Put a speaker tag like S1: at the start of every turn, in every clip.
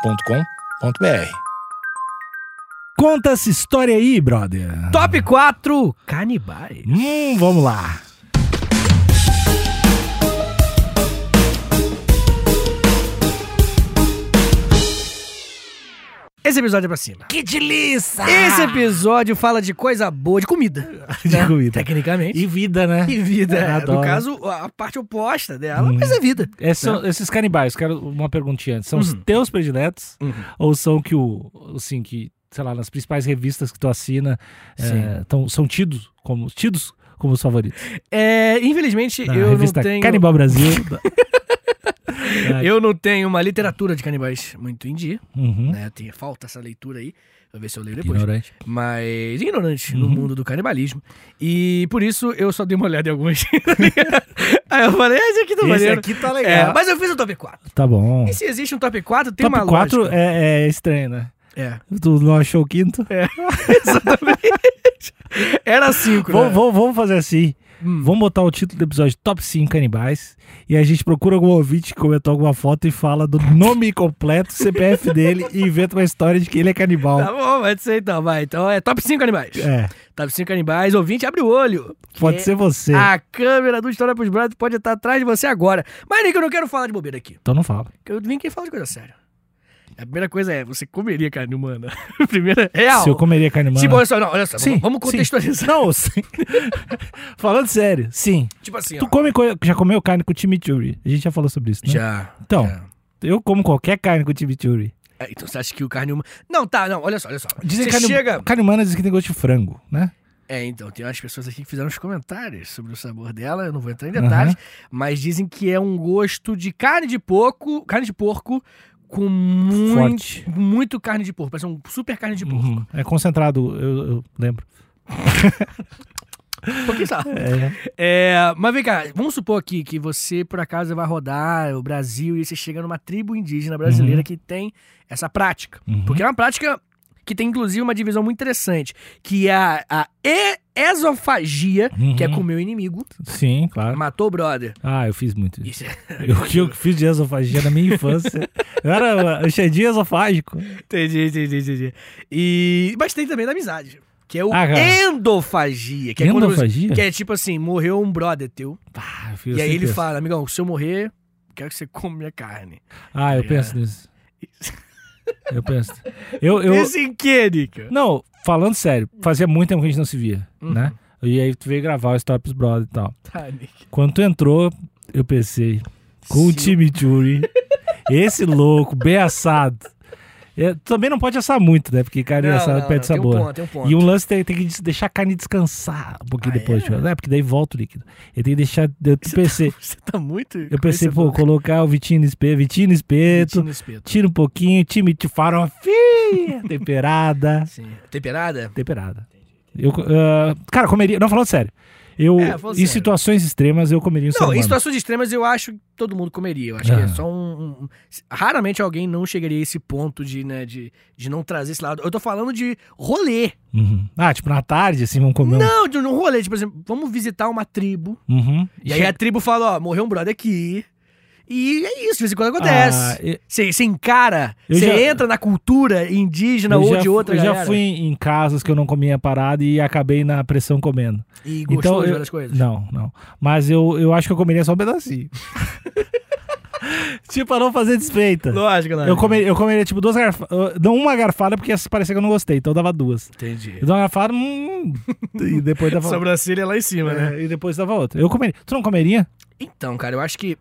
S1: agenciadepodcast.com.br.
S2: Conta essa história aí, brother.
S3: Top 4 canibais.
S2: Hum, vamos lá.
S3: Esse episódio é pra cima.
S2: Que delícia!
S3: Esse episódio fala de coisa boa, de comida.
S2: De
S3: né?
S2: comida.
S3: Tecnicamente.
S2: E vida, né?
S3: E vida.
S2: É,
S3: é.
S2: adoro.
S3: no caso, a parte oposta dela,
S2: Hum.
S3: mas é vida.
S2: Esses, são- esses canibais, quero uma perguntinha antes. São os
S3: Uhum.
S2: teus prediletos? Ou são que o, assim, que, sei lá, nas principais revistas que tu assina, é,
S3: Sim.
S2: tão- são tidos como, tidos como os favoritos?
S3: É, infelizmente,
S2: Na
S3: eu não
S2: revista
S3: tenho.
S2: Canibal Brasil.
S3: Eu não tenho uma literatura de canibais muito em dia,
S2: Uhum.
S3: né? Tem, falta essa leitura aí. Vou ver se eu leio depois.
S2: Ignorante.
S3: Mas ignorante no
S2: Uhum.
S3: mundo do canibalismo. E por isso eu só dei uma olhada em alguns. aí eu falei, ah, esse aqui tá maneiro.
S4: tá
S3: É, mas eu fiz o top 4.
S2: Tá bom.
S3: E se existe um top 4, tem
S2: Top
S3: uma
S2: 4
S3: lógica.
S2: é, é estranho, né?
S3: É.
S2: Tu não achou o quinto?
S3: Era 5,
S2: Vamos,
S3: né? Hum.
S2: vamos- vamos fazer assim. Vamos botar o título do episódio Top 5 Canibais. E a gente procura algum ouvinte que comentou alguma foto e fala do nome completo, CPF dele e inventa uma história de que ele é canibal.
S3: Tá bom, vai ser então, vai. Então é top 5 animais.
S2: É,
S3: Top 5 animais, ouvinte, abre o olho.
S2: pode
S3: É.
S2: ser você.
S3: A câmera do História pros Brothers pode estar atrás de você agora. Mas, Nick, eu não quero falar de bobeira aqui.
S2: Então não fala.
S3: que Eu vim aqui falar de coisa séria. A primeira coisa é, você comeria carne humana? A primeira é real.
S2: Se eu comeria carne humana.
S3: Tipo, olha só, não, olha só,
S2: Sim,
S3: vamos- vamos
S2: sim.
S3: contextualizar.
S2: Não, sim. Falando sério, sim.
S3: Tipo assim,
S2: Tu
S3: ó.
S2: come, co- já comeu carne com chimichurri? A gente já falou sobre isso, né?
S3: Já.
S2: Então,
S3: já.
S2: eu como qualquer carne com chimichurri.
S3: É, Então você acha que o carne humana... Não, tá, não, olha só, olha só.
S2: Dizem
S3: você
S2: que carne,
S3: chega...
S2: carne humana diz que tem gosto de frango, né?
S3: É, então, tem umas pessoas aqui que fizeram os comentários sobre o sabor dela, eu não vou entrar em detalhes, mas dizem que é um gosto de carne de porco, carne de porco com muito,
S2: Forte.
S3: muito carne de porco, parece um super carne de porco.
S2: Uhum. É concentrado, eu, eu lembro.
S3: Um pouquinho só.
S2: É.
S3: É, mas vem cá, vamos supor aqui que você, por acaso, vai rodar o Brasil e você chega numa tribo indígena brasileira
S2: Uhum.
S3: que tem essa prática.
S2: Uhum.
S3: Porque é uma prática que tem, inclusive, uma divisão muito interessante, que é a, a e- esofagia,
S2: Uhum.
S3: que é comer o inimigo,
S2: Sim, claro.
S3: matou o brother.
S2: Ah, eu fiz muito isso.
S3: Isso é-
S2: O que eu fiz de esofagia na minha infância. Eu era xedinho esofágico.
S3: entendi, entendi, entendi. E, mas tem também da amizade, que é o
S2: Ah, cara.
S3: endofagia. Que É quando,
S2: Endofagia?
S3: você- que é tipo assim, morreu um brother teu,
S2: Ah, eu fiz-
S3: e
S2: eu
S3: aí
S2: sei
S3: ele
S2: disso.
S3: fala, amigão, se eu morrer, quero que você coma minha carne.
S2: Ah, eu
S3: É.
S2: penso nisso. Eu penso. Eu, eu...
S3: Pensa em quê, Nica?
S2: Não, falando sério, fazia muito tempo que a gente não se via,
S3: Uhum.
S2: né? E aí tu veio gravar o Stops Brother e tal.
S3: Tá, Nick.
S2: Quando tu entrou, eu pensei, com o
S3: Se
S2: chimichurri, esse louco, bem assado. É, tu também não pode assar muito, né? Porque carne
S3: Não,
S2: assada
S3: não,
S2: perde
S3: não,
S2: sabor.
S3: Tem um ponto, tem um ponto.
S2: E o lance tem, tem que des- deixar a carne descansar um pouquinho
S3: Ah,
S2: depois, tipo, né? Porque daí volta o líquido. Eu tenho que deixar. Eu pensei,
S3: Você tá muito...
S2: eu pensei, pô, colocar o Vitinho no espeto, Vitinho no espeto, tira um pouquinho, time de farofinha, temperada.
S3: Sim. Temperada?
S2: Temperada. Eu, co- ah, cara, comeria. Não, falando sério. Eu,
S3: É, falando
S2: em
S3: sério.
S2: situações extremas, eu comeria um ser
S3: Não, é em
S2: humano.
S3: situações extremas eu acho que todo mundo comeria. Eu acho que
S2: Ah.
S3: é só um, um- Raramente alguém não chegaria a esse ponto de, né, de, de não trazer esse lado. Eu tô falando de rolê.
S2: Uhum. Ah, tipo, na tarde, assim, vamos comer um-
S3: Não, de um rolê. Tipo, por exemplo, vamos visitar uma tribo.
S2: Uhum.
S3: E aí a tribo fala, ó, morreu um brother aqui. E é isso, de vez em quando acontece.
S2: Ah, eu-
S3: Você você encara,
S2: Eu
S3: você
S2: já-
S3: entra na cultura indígena
S2: eu
S3: ou
S2: já,
S3: de outra
S2: eu já
S3: galera.
S2: fui em em casas que eu não comia parada e acabei na pressão comendo.
S3: E gostou
S2: Então,
S3: de
S2: eu-
S3: várias coisas.
S2: Não, não. Mas eu, eu acho que eu comeria só um pedacinho. tipo, pra não fazer desfeita.
S3: Lógico, né?
S2: Eu comeria, eu comeria, tipo, duas garfadas. Não uma garfada, porque essa parecia que eu não gostei, então eu dava duas.
S3: Entendi.
S2: Eu dava uma garfada, hum, e depois dava outra.
S3: Sobrancelha lá em cima, né?
S2: É, e depois dava outra. Eu comeria. Tu não comeria?
S3: Então, cara, eu acho que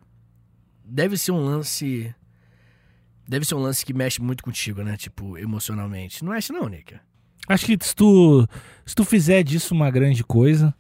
S3: deve ser um lance. Deve ser um lance que mexe muito contigo, né? Tipo, emocionalmente. Não mexe, não, Nica.
S2: Acho que se tu, se tu fizer disso uma grande coisa.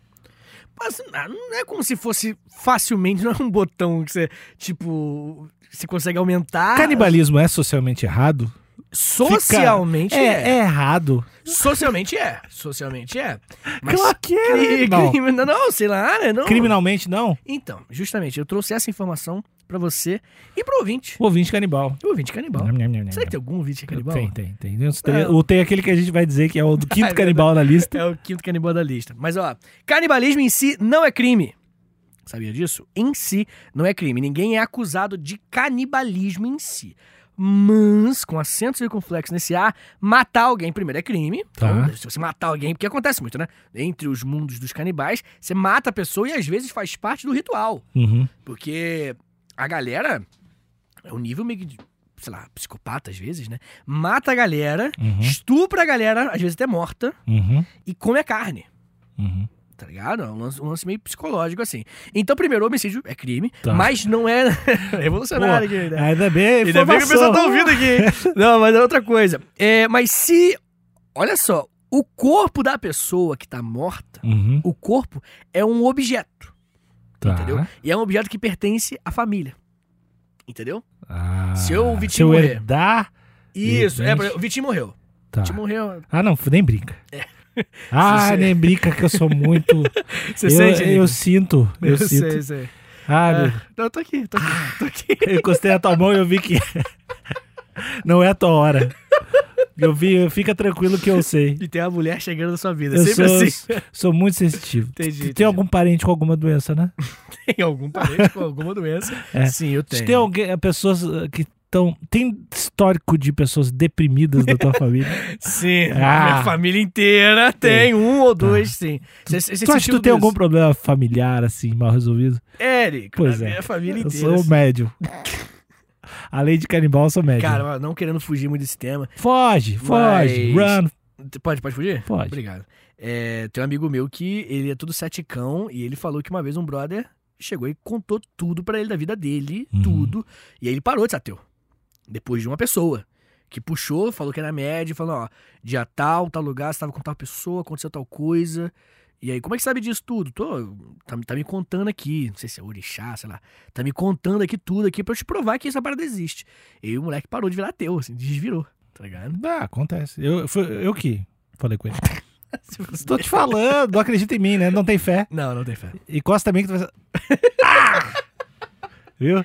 S3: Mas ah, não é como se fosse facilmente, não é um botão que você, tipo, se consegue aumentar.
S2: Canibalismo é socialmente errado?
S3: Socialmente é.
S2: É, é errado.
S3: Socialmente é. Socialmente é.
S2: claro que
S3: cri-
S2: é. Não.
S3: crime, não. não, sei lá, né? Não.
S2: Criminalmente, não.
S3: Então, justamente, eu trouxe essa informação pra você e pro ouvinte.
S2: O ouvinte canibal.
S3: O ouvinte canibal. Será que tem algum ouvinte canibal?
S2: Tem, tem, tem. Tem, uns- tem,
S3: É.
S2: ou tem aquele que a gente vai dizer que é o do
S3: É
S2: quinto
S3: verdade.
S2: canibal na lista.
S3: É o quinto canibal da lista. Mas ó, canibalismo em si não é crime. Sabia disso? Em si, não é crime. Ninguém é acusado de canibalismo em si. Mas, com acento circunflexo nesse A, matar alguém primeiro é crime.
S2: Tá.
S3: Então, se você matar alguém, porque acontece muito, né? Entre os mundos dos canibais, você mata a pessoa e às vezes faz parte do ritual.
S2: Uhum.
S3: Porque a galera é um nível meio que de, sei lá, psicopata às vezes, né? Mata a galera,
S2: Uhum.
S3: estupra a galera, às vezes até morta,
S2: Uhum.
S3: e come a carne.
S2: Uhum.
S3: Tá ligado? É um lance, um lance meio psicológico, assim. Então, primeiro, homicídio é crime,
S2: Tá.
S3: mas não é revolucionário aqui, né?
S2: Ainda bem,
S3: Ainda bem que o pessoal tá
S2: informação.
S3: ouvindo aqui. hein? Não, mas é outra coisa. É, mas se. Olha só, o corpo da pessoa que tá morta,
S2: Uhum.
S3: o corpo é um objeto,
S2: Tá.
S3: entendeu? E é um objeto que pertence à família. Entendeu?
S2: Ah.
S3: Se eu, o
S2: Se
S3: Vitinho
S2: eu
S3: morrer.
S2: herdar.
S3: Isso, é,
S2: Gente.
S3: o Vitinho morreu. O
S2: Tá.
S3: Vitinho morreu.
S2: Ah, não, nem brinca. Ah,
S3: É. Você-
S2: nem brinca que eu sou muito.
S3: Você
S2: eu,
S3: sente?
S2: eu
S3: Nico?
S2: sinto, eu, sinto.
S3: sei, sei.
S2: Ah, meu-
S3: Ah, não, eu tô aqui, tô aqui, tô aqui.
S2: eu encostei na tua mão e eu vi que. não é a tua hora. Eu vi, fica tranquilo que eu sei.
S3: E tem a mulher chegando na sua vida.
S2: Eu
S3: Sempre
S2: sou,
S3: assim.
S2: sou muito sensitivo.
S3: Entendi,
S2: Tu
S3: entendi.
S2: Tem algum parente com alguma doença, né?
S3: Tem algum parente com alguma doença?
S2: É.
S3: Sim, eu
S2: Se
S3: tenho.
S2: tem alguém, pessoas eh, que estão. Tem histórico de pessoas deprimidas da tua família?
S3: Sim,
S2: Ah. Tá.
S3: a minha família inteira tem, um ou dois, sim. Cê, cê, cê
S2: tu acha que
S3: sentiu
S2: tu tem
S3: isso?
S2: algum problema familiar, assim, mal resolvido?
S3: Eric,
S2: Pois
S3: a
S2: é.
S3: minha família
S2: Eu
S3: inteira.
S2: sou
S3: assim.
S2: médio. Além de canibal, eu sou médio.
S3: Cara, mas não querendo fugir muito desse tema.
S2: foge, foge,
S3: mas-
S2: run.
S3: T- Pode, pode fugir?
S2: Pode.
S3: Obrigado. É, tem um amigo meu que ele é tudo seticão e ele falou que uma vez um brother chegou e contou tudo pra ele da vida dele,
S2: Uhum.
S3: tudo. E aí ele parou de ser ateu. Depois de uma pessoa que puxou, falou que era médio, falou, ó, dia tal, tal lugar, você tava com tal pessoa, aconteceu tal coisa. E aí, como é que sabe disso tudo? Tô, tá, tá me contando aqui, não sei se é orixá, sei lá. Tá me contando aqui tudo aqui pra eu te provar que essa parada existe. E aí o moleque parou de virar ateu, assim, desvirou, tá ligado?
S2: Ah, acontece. Eu, foi, eu que falei com ele. Tô te falando, não acredita em mim, né? Não tem fé.
S3: Não, não tem fé.
S2: Encosta também que tu vai. Ah! Viu?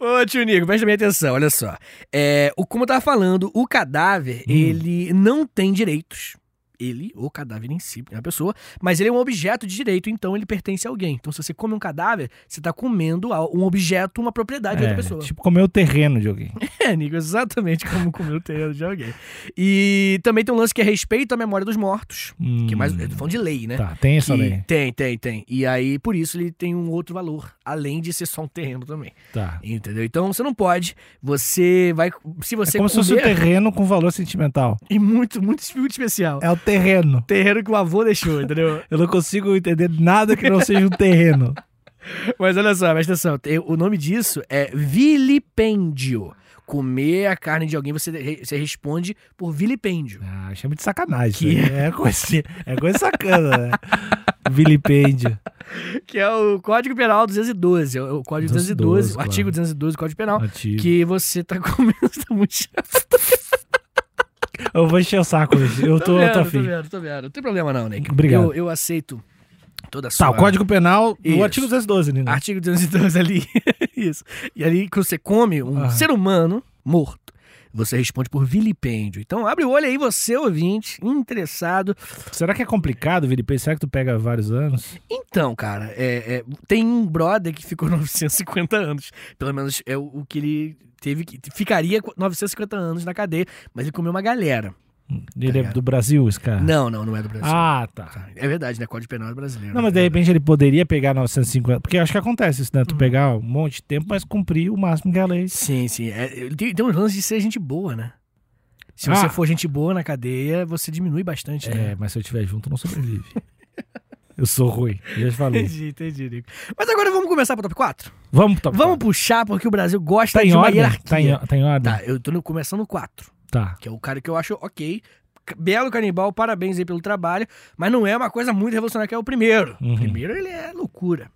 S3: Ô, tio Nico, presta bem atenção, olha só. É, o, como eu tava falando, o cadáver,
S2: Hum.
S3: ele não tem direitos. Ele, o cadáver em si, é uma pessoa, mas ele é um objeto de direito, então ele pertence a alguém. Então, se você come um cadáver, você tá comendo al- um objeto, uma propriedade de
S2: É,
S3: outra pessoa.
S2: tipo, comer o terreno de alguém.
S3: É, Nico, exatamente como comer o terreno de alguém. E também tem um lance que é respeito à memória dos mortos.
S2: Hum,
S3: Que é mais. Eu tô falando de lei, né?
S2: Tá, tem isso
S3: Que-
S2: também.
S3: tem, tem, tem. E aí, por isso, ele tem um outro valor, além de ser só um terreno também.
S2: Tá.
S3: Entendeu? Então você não pode. Você vai. Se
S2: É
S3: você
S2: como se fosse um
S3: comer-
S2: terreno com valor sentimental.
S3: E muito, muito, muito especial.
S2: É o terreno.
S3: Terreiro que o avô deixou, entendeu?
S2: Eu não consigo entender nada que não seja um terreno.
S3: mas olha só, presta atenção. tem- O nome disso é vilipêndio. Comer a carne de alguém, você, re- você responde por vilipêndio.
S2: Ah, chama de sacanagem.
S3: Que-
S2: isso aí. É coisa, é coisa sacana, né? Vilipêndio.
S3: Que é o Código Penal 212. é O Código
S2: 212,
S3: 212, o artigo
S2: claro.
S3: 212 do Código Penal.
S2: Ativo.
S3: Que você tá comendo, tá muito chato.
S2: Eu vou encher o saco hoje. Eu tô, eu tô
S3: vendo, tô
S2: afim.
S3: vendo, tô vendo. Não tem problema não, Nick.
S2: Obrigado.
S3: Eu, eu aceito toda a sua...
S2: Tá, o Código Penal,
S3: Isso.
S2: o artigo 212, né?
S3: Artigo 212 ali. Isso. E ali que você come um
S2: Aham.
S3: ser humano morto. Você responde por vilipêndio. Então abre o olho aí, você ouvinte, interessado.
S2: Será que é complicado, Vilipêndio? Será que tu pega vários anos?
S3: Então, cara, é- é, tem um brother que ficou 950 anos. Pelo menos é o, o que ele teve que. Ficaria com 950 anos na cadeia, mas ele comeu uma galera.
S2: Ele é
S3: ligado.
S2: do Brasil, esse cara?
S3: Não, não, não é do Brasil.
S2: Ah, tá.
S3: Tá, É verdade, né? Código Penal é brasileiro.
S2: Não,
S3: né?
S2: mas de repente ele poderia pegar 950. Porque eu acho que acontece isso, né? Tu pegar um monte de tempo, mas cumprir o máximo que é a lei.
S3: Sim, sim. É, tem, tem um lance de ser gente boa, né? Se você
S2: Ah.
S3: for gente boa na cadeia, você diminui bastante, né?
S2: É, mas se eu estiver junto, não sobrevive. eu sou ruim, já te falei.
S3: Entendi, entendi, Nico. Mas agora vamos começar pro top 4?
S2: Vamos, pro top
S3: vamos
S2: quatro.
S3: puxar, porque o Brasil gosta
S2: Tá
S3: de
S2: em
S3: uma
S2: ordem?
S3: hierarquia.
S2: Tá em, tá em ordem?
S3: Tá, eu tô no- começando no 4,
S2: Tá.
S3: que é o cara que eu acho ok. C- Belo canibal, parabéns aí pelo trabalho, mas não é uma coisa muito revolucionária que é o primeiro.
S2: Uhum.
S3: O primeiro ele é loucura.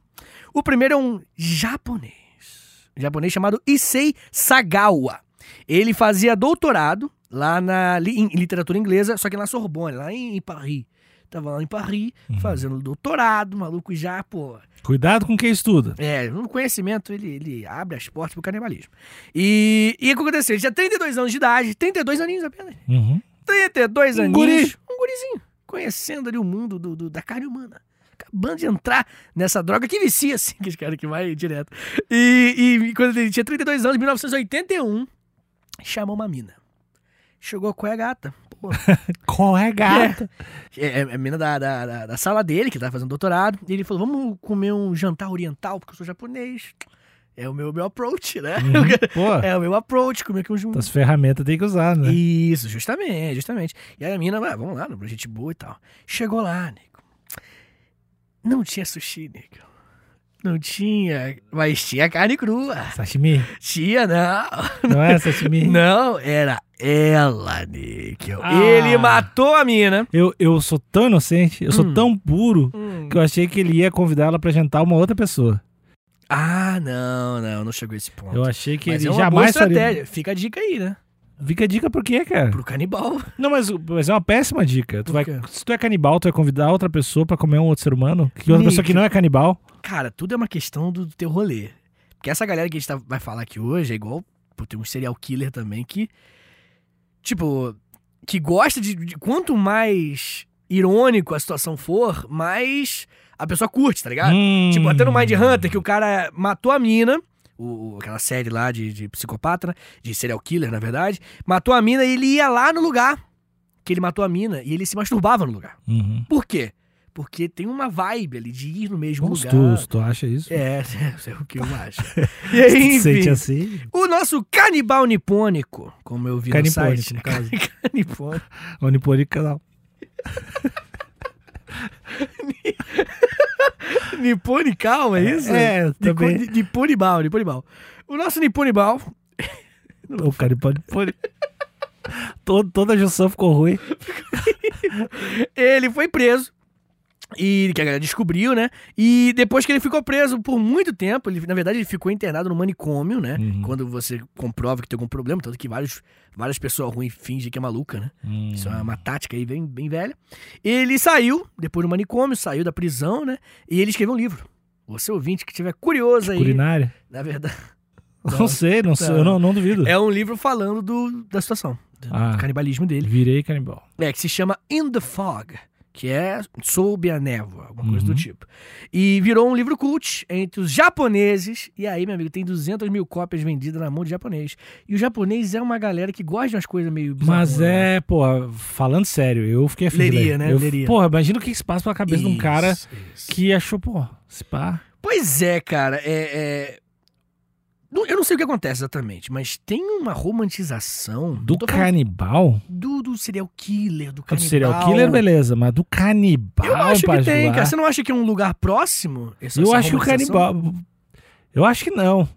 S3: O primeiro é um japonês. Um japonês chamado Issei Sagawa. Ele fazia doutorado lá na li- em literatura inglesa, só que na Sorbonne, lá em, em Paris. Tava lá em Paris,
S2: Uhum.
S3: fazendo doutorado, maluco já, pô,
S2: Cuidado com quem estuda.
S3: é, o conhecimento, ele, ele abre as portas pro canibalismo. E, e o que aconteceu? Ele tinha 32 anos de idade, 32 aninhos apenas.
S2: Uhum.
S3: 32
S2: Um
S3: aninhos.
S2: guri.
S3: Um gurizinho. Conhecendo ali o mundo do, do- da carne humana. acabando de entrar nessa droga que vicia, assim, que esse cara que vai direto. E, e quando ele tinha 32 anos, em 1981, chamou uma mina. Chegou com a gata. Pô,
S2: Qual é, gata?
S3: é, é a mina da, da, da- da sala dele, que tava fazendo doutorado, e ele falou: vamos comer um jantar oriental, porque eu sou japonês. É o meu, meu approach, né?
S2: Uhum, pô,
S3: É o meu approach, comer aqui um,
S2: as ferramentas tem que usar, Tá né?
S3: isso, justamente, justamente. E aí a mina, ah, vamos lá, no gente boa e tal. Chegou lá, nego. Não tinha sushi, nego. Não tinha, mas tinha carne crua.
S2: Sashimi?
S3: Tinha, não.
S2: Não é sashimi?
S3: Não, era ela, nego.
S2: Ah.
S3: Ele matou a mina.
S2: Eu, eu sou tão inocente, eu sou
S3: Hum.
S2: tão puro, que eu achei que ele ia convidar ela pra jantar uma outra pessoa.
S3: Ah, não, não, não chegou a esse ponto.
S2: Eu achei que
S3: Mas
S2: ele
S3: é uma boa
S2: jamais faria. É.
S3: estratégia. Fica a dica aí, né?
S2: Fica a dica por quê, cara?
S3: Pro canibal.
S2: Não, mas, mas é uma péssima dica. Tu
S3: Por
S2: vai,
S3: quê?
S2: se tu é canibal, tu vai convidar outra pessoa pra comer um outro ser humano? Que outra
S3: Nick.
S2: pessoa que não é canibal?
S3: Cara, tudo é uma questão do, do teu rolê. Porque essa galera que a gente tá- vai falar aqui hoje é igual. Pô, tem um serial killer também que. Tipo, que gosta de, de- Quanto mais irônico a situação for, mais a pessoa curte, tá ligado?
S2: Hum.
S3: Tipo, até no Mind Hunter, que o cara matou a mina. o- o- aquela série lá de, de psicopata, né? de serial killer, na verdade. Matou a mina e ele ia lá no lugar que ele matou a mina e ele se masturbava no lugar.
S2: Uhum.
S3: Por quê? Porque tem uma vibe ali de ir no mesmo
S2: Bons
S3: Tipo, um lugar.
S2: tu, se tu acha isso?
S3: É, é o que eu acho. E aí,
S2: Sente
S3: enfim,
S2: assim?
S3: o nosso canibal nipônico, como eu vi
S2: Canipônico,
S3: no site.
S2: no caso.
S3: Canipônico.
S2: O Nipori canal.
S3: Niponical, é isso?
S2: É, também.
S3: Nipo- Niponibal, niponibal. O nosso niponibal
S2: O Canipori. Todo, toda a junção ficou ruim.
S3: ele foi preso. E que a galera descobriu, né? E depois que ele ficou preso por muito tempo, ele, na verdade ele ficou internado no manicômio, né?
S2: Uhum.
S3: Quando você comprova que tem algum problema, tanto que vários, várias pessoas ruins fingem que é maluca, né? Isso
S2: Uhum.
S3: é uma tática aí bem, bem velha. Ele saiu, depois do manicômio, saiu da prisão, né? E ele escreveu um livro. Você ouvinte que tiver curioso aí,
S2: Culinária?
S3: na verdade,
S2: Não,
S3: Não.
S2: sei, não, sei, eu não, não duvido.
S3: é um livro falando do, da situação, do, do
S2: Ah.
S3: canibalismo dele.
S2: Virei canibal.
S3: É, que se chama In the Fog, que é Sob a Névoa, alguma coisa
S2: Uhum.
S3: do tipo. E virou um livro cult entre os japoneses. E aí, meu amigo, tem 200 mil cópias vendidas na mão de japonês. E o japonês é uma galera que gosta de umas coisas meio
S2: Mas
S3: bizarronas, né?
S2: é, porra, falando sério, eu fiquei afim de
S3: Leria,
S2: ler.
S3: né?
S2: Eu-
S3: Leria.
S2: Porra, imagina o que se passa pela cabeça de um cara
S3: Isso, isso.
S2: que achou, porra, se pá.
S3: Pois é, cara, é. é- Não- Eu não sei o que acontece exatamente, mas tem uma romantização
S2: Do
S3: Eu tô falando
S2: canibal?
S3: do, do serial killer, do
S2: Ah, Do
S3: canibal.
S2: serial killer, beleza, mas do canibal,
S3: Eu acho que tem,
S2: Pajuá?
S3: cara. Você não acha que é um lugar próximo? essa-
S2: Eu
S3: essa
S2: acho que o
S3: romantização?
S2: canibal. Eu acho que não.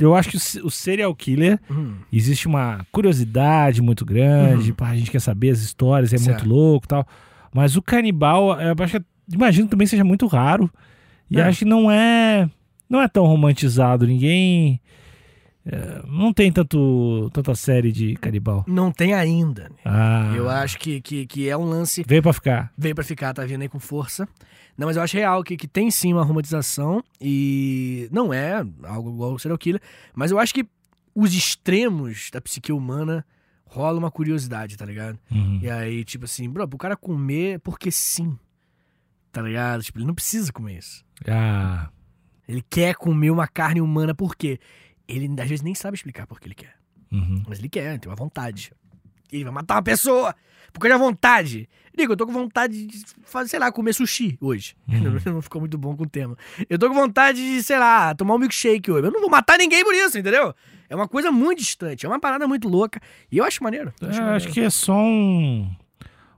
S2: Eu acho que o se- o serial killer
S3: Hum.
S2: existe uma curiosidade muito grande, pá, a gente quer saber as histórias, é
S3: Uhum. Certo.
S2: muito louco e tal. Mas o canibal, eu acho que imagino também seja muito raro. E
S3: É.
S2: acho que não é não é tão romantizado, ninguém é, não tem tanto tanta série de canibal.
S3: Não tem ainda. né?
S2: Ah,
S3: Eu acho que, que, que é um lance.
S2: veio pra ficar.
S3: Veio pra ficar, tá vindo aí com força. Não, mas eu acho real que, que tem sim uma romantização e não é algo igual o serial killer, mas eu acho que os extremos da psique humana rola uma curiosidade, tá ligado?
S2: Uhum.
S3: E aí, tipo assim, bro, pro cara comer porque sim, tá ligado? Tipo, ele não precisa comer isso.
S2: Ah,
S3: Ele quer comer uma carne humana porque ele às vezes nem sabe explicar por que ele quer.
S2: uhum.
S3: Mas ele quer, ele tem uma vontade. Ele vai matar uma pessoa por causa da vontade. Digo, eu tô com vontade de, fazer, sei lá, comer sushi hoje.
S2: Uhum.
S3: Não, ficou muito bom com o tema. Eu tô com vontade de, sei lá, tomar um milkshake hoje. Eu não vou matar ninguém por isso, entendeu? É uma coisa muito distante, é uma parada muito louca. E eu acho maneiro. eu
S2: É,
S3: acho
S2: acho,
S3: maneiro.
S2: que é só um,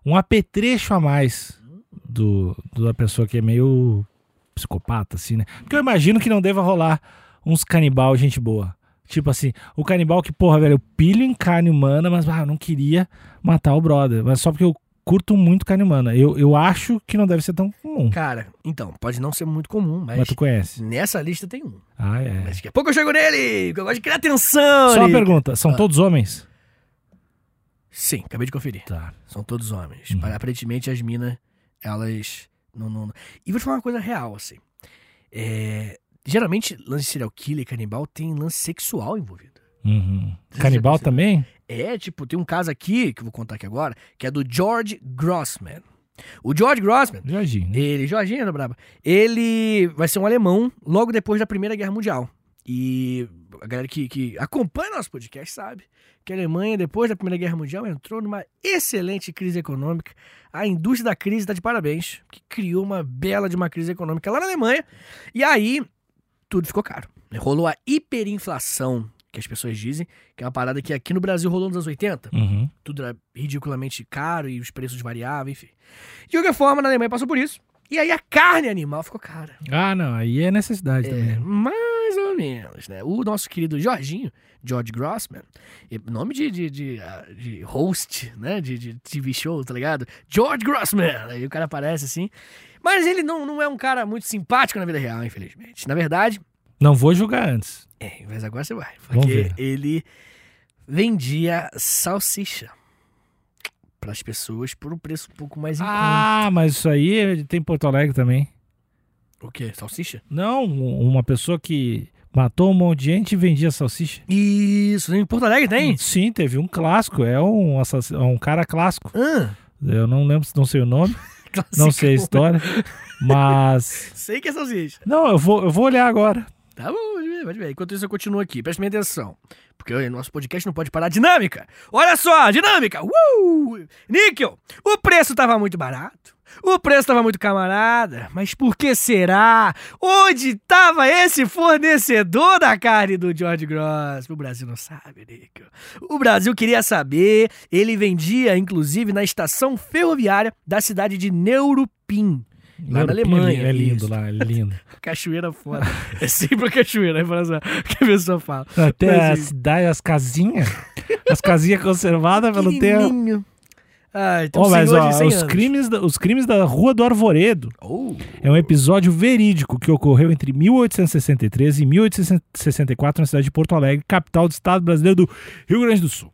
S2: um apetrecho a mais do, do- da pessoa que é meio psicopata, assim, né? Porque eu imagino que não deva rolar uns canibal, gente boa. Tipo assim, o canibal que, porra, velho, eu pilho em carne humana, mas ah, eu não queria matar o brother. Mas só porque eu curto muito carne humana. Eu, eu acho que não deve ser tão comum.
S3: Cara, então, pode não ser muito comum, mas,
S2: Mas tu conhece.
S3: nessa lista tem um.
S2: Ah, é.
S3: Mas daqui a pouco eu chego nele, porque eu gosto de criar atenção.
S2: Só uma
S3: Nick.
S2: pergunta: são
S3: Ah.
S2: todos homens?
S3: Sim, acabei de conferir.
S2: Tá.
S3: São todos homens.
S2: Uhum.
S3: Aparentemente, as minas, elas. Não, não, não- E vou te falar uma coisa real, assim. É, Geralmente, lance de serial killer e canibal tem lance sexual envolvido.
S2: Uhum. Canibal
S3: Você já
S2: também?
S3: É, tipo, tem um caso aqui, que eu vou contar aqui agora, que é do George Grossman. O George Grossman,
S2: Jorginho. né?
S3: ele, Jorginho era braba, ele vai ser um alemão logo depois da Primeira Guerra Mundial. E a galera que, que acompanha nosso podcast sabe que a Alemanha, depois da Primeira Guerra Mundial, entrou numa excelente crise econômica. A indústria da crise está de parabéns, que criou uma bela de uma crise econômica lá na Alemanha. E aí, tudo ficou caro. Rolou a hiperinflação, que as pessoas dizem, que é uma parada que aqui no Brasil rolou nos anos 80
S2: Uhum.
S3: tudo era ridiculamente caro e os preços variavam, enfim. De qualquer forma, na Alemanha passou por isso. E aí a carne animal ficou cara.
S2: Ah, não, aí é necessidade
S3: É,
S2: também.
S3: mais ou menos, né? O nosso querido Jorginho, George Grossman, e- nome de, de, de, ah, de host, né? De, de TV show, tá ligado? George Grossman! Aí o cara aparece assim. Mas ele não, não é um cara muito simpático na vida real, infelizmente. Na verdade,
S2: Não vou julgar antes.
S3: é, mas agora você vai.
S2: Vamos
S3: Porque
S2: ver.
S3: ele vendia salsicha para as pessoas por um preço um pouco mais em
S2: Ah, mas isso aí tem em Porto Alegre também.
S3: conta. O quê? Salsicha?
S2: Não, um, uma pessoa que matou um monte de gente e vendia salsicha.
S3: Isso, em Porto Alegre tem?
S2: Sim, teve um clássico. É um, assass- é um cara clássico.
S3: Ah,
S2: Eu não lembro, não sei então. o nome, não sei a
S3: classicão.
S2: história. Mas.
S3: Sei que é salsicha.
S2: Não, eu vou, eu vou olhar agora.
S3: Tá bom, pode ver, pode ver. Enquanto isso, eu continuo aqui. Preste bem atenção. Porque o nosso podcast não pode parar a dinâmica. Olha só, a dinâmica! Uh! Níquel, o preço tava muito barato. O preço tava muito camarada. Mas por que será? Onde tava esse fornecedor da carne do George Gross? O Brasil não sabe, Níquel. O Brasil queria saber. Ele vendia, inclusive, na estação ferroviária da cidade de Neuruppin. Lá na Alemanha,
S2: É lindo
S3: isso.
S2: lá, é lindo.
S3: Cachoeira fora. É sempre a cachoeira, é frase que a pessoa fala.
S2: Até
S3: Mas,
S2: a
S3: gente.
S2: cidade, as casinhas. As casinhas conservadas pelo tempo.
S3: Pequenininho. Ah, então
S2: Ó, mas
S3: senhor
S2: ó,
S3: de 100
S2: os,
S3: anos.
S2: crimes da, os crimes da Rua do Arvoredo
S3: Oh.
S2: é um episódio verídico que ocorreu entre 1863 e 1864 na cidade de Porto Alegre, capital do estado brasileiro do Rio Grande do Sul.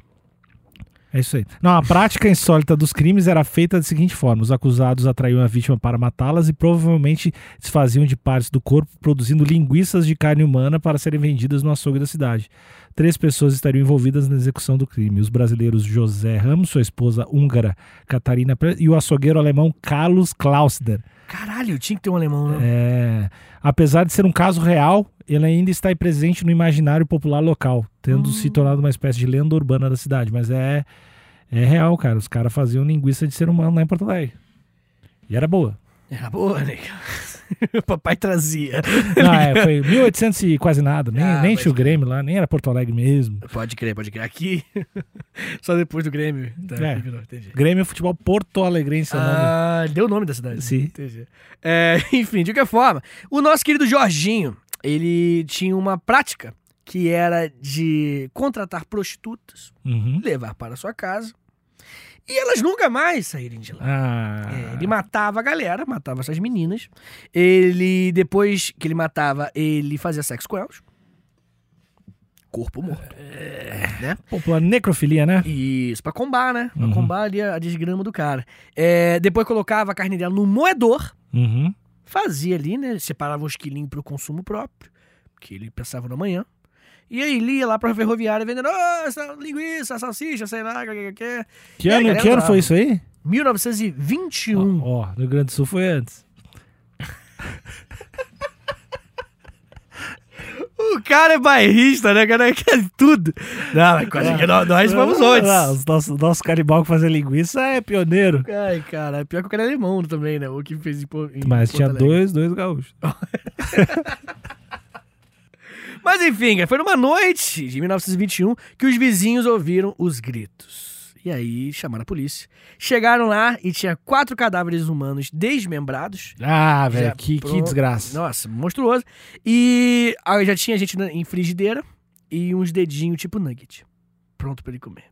S2: É isso aí. Não, a prática insólita dos crimes era feita da seguinte forma: os acusados atraíam a vítima para matá-las e provavelmente desfaziam de partes do corpo, produzindo linguiças de carne humana para serem vendidas no açougue da cidade. Três pessoas estariam envolvidas na execução do crime: os brasileiros José Ramos, sua esposa húngara Catarina Pre- e o açougueiro alemão Carlos Klausner.
S3: Caralho, tinha que ter um alemão, né?
S2: É, apesar de ser um caso real, ele ainda está aí presente no imaginário popular local, tendo
S3: Hum.
S2: se tornado uma espécie de lenda urbana da cidade. Mas é, é real, cara. Os caras faziam linguiça de ser humano lá em Porto Alegre. E era boa.
S3: Era boa, né? O papai trazia.
S2: Não, é, foi 1800 e quase nada. Nem,
S3: Ah,
S2: nem
S3: mas-
S2: tinha o Grêmio lá, nem era Porto Alegre mesmo.
S3: Pode crer, pode crer. Aqui, só depois do Grêmio. Tá,
S2: É.
S3: virou, entendi.
S2: Grêmio é futebol porto alegrense. é o nome.
S3: Ah, deu o nome da cidade.
S2: Sim.
S3: Entendi. É, enfim, de qualquer forma, o nosso querido Jorginho, ele tinha uma prática que era de contratar prostitutas,
S2: Uhum.
S3: levar para sua casa, e elas nunca mais saírem de lá.
S2: Ah,
S3: É, ele matava a galera, matava essas meninas. Ele, depois que ele matava, ele fazia sexo com elas. Corpo morto. Né?
S2: é popular necrofilia, né?
S3: Isso, pra combar, né? Pra
S2: Uhum.
S3: combar ali a, a desgrama do cara. É, depois colocava a carne dela no moedor,
S2: Uhum.
S3: fazia ali, né? Separava uns quilinhos pro consumo próprio, que ele pensava na manhã. E aí ele ia lá pra ferroviária vendendo "Ô, essa linguiça, salsicha, sei lá, que, que, que.
S2: Que,
S3: É,
S2: ano,
S3: galera
S2: que ano
S3: brava.
S2: foi isso aí?
S3: 1921.
S2: Ó, ó, no Rio Grande do Sul foi antes.
S3: O cara é bairrista, né? O cara quer tudo. Não, mas quase que nós, nós vamos antes.
S2: Ah, os nosso, nosso canibal que fazia linguiça é pioneiro.
S3: Ai, cara, pior que o cara é alemão também, né? O que fez em, Po- em
S2: Mas
S3: Porto
S2: tinha
S3: Alegre.
S2: dois, dois gaúchos.
S3: Mas enfim, cara, foi numa noite de 1921 que os vizinhos ouviram os gritos. E aí chamaram a polícia. Chegaram lá e tinha quatro cadáveres humanos desmembrados.
S2: Ah,
S3: Já
S2: velho, que,
S3: pro-
S2: que desgraça.
S3: Nossa, monstruoso. E aí já tinha gente na- em frigideira e uns dedinhos tipo nugget. Pronto pra ele comer.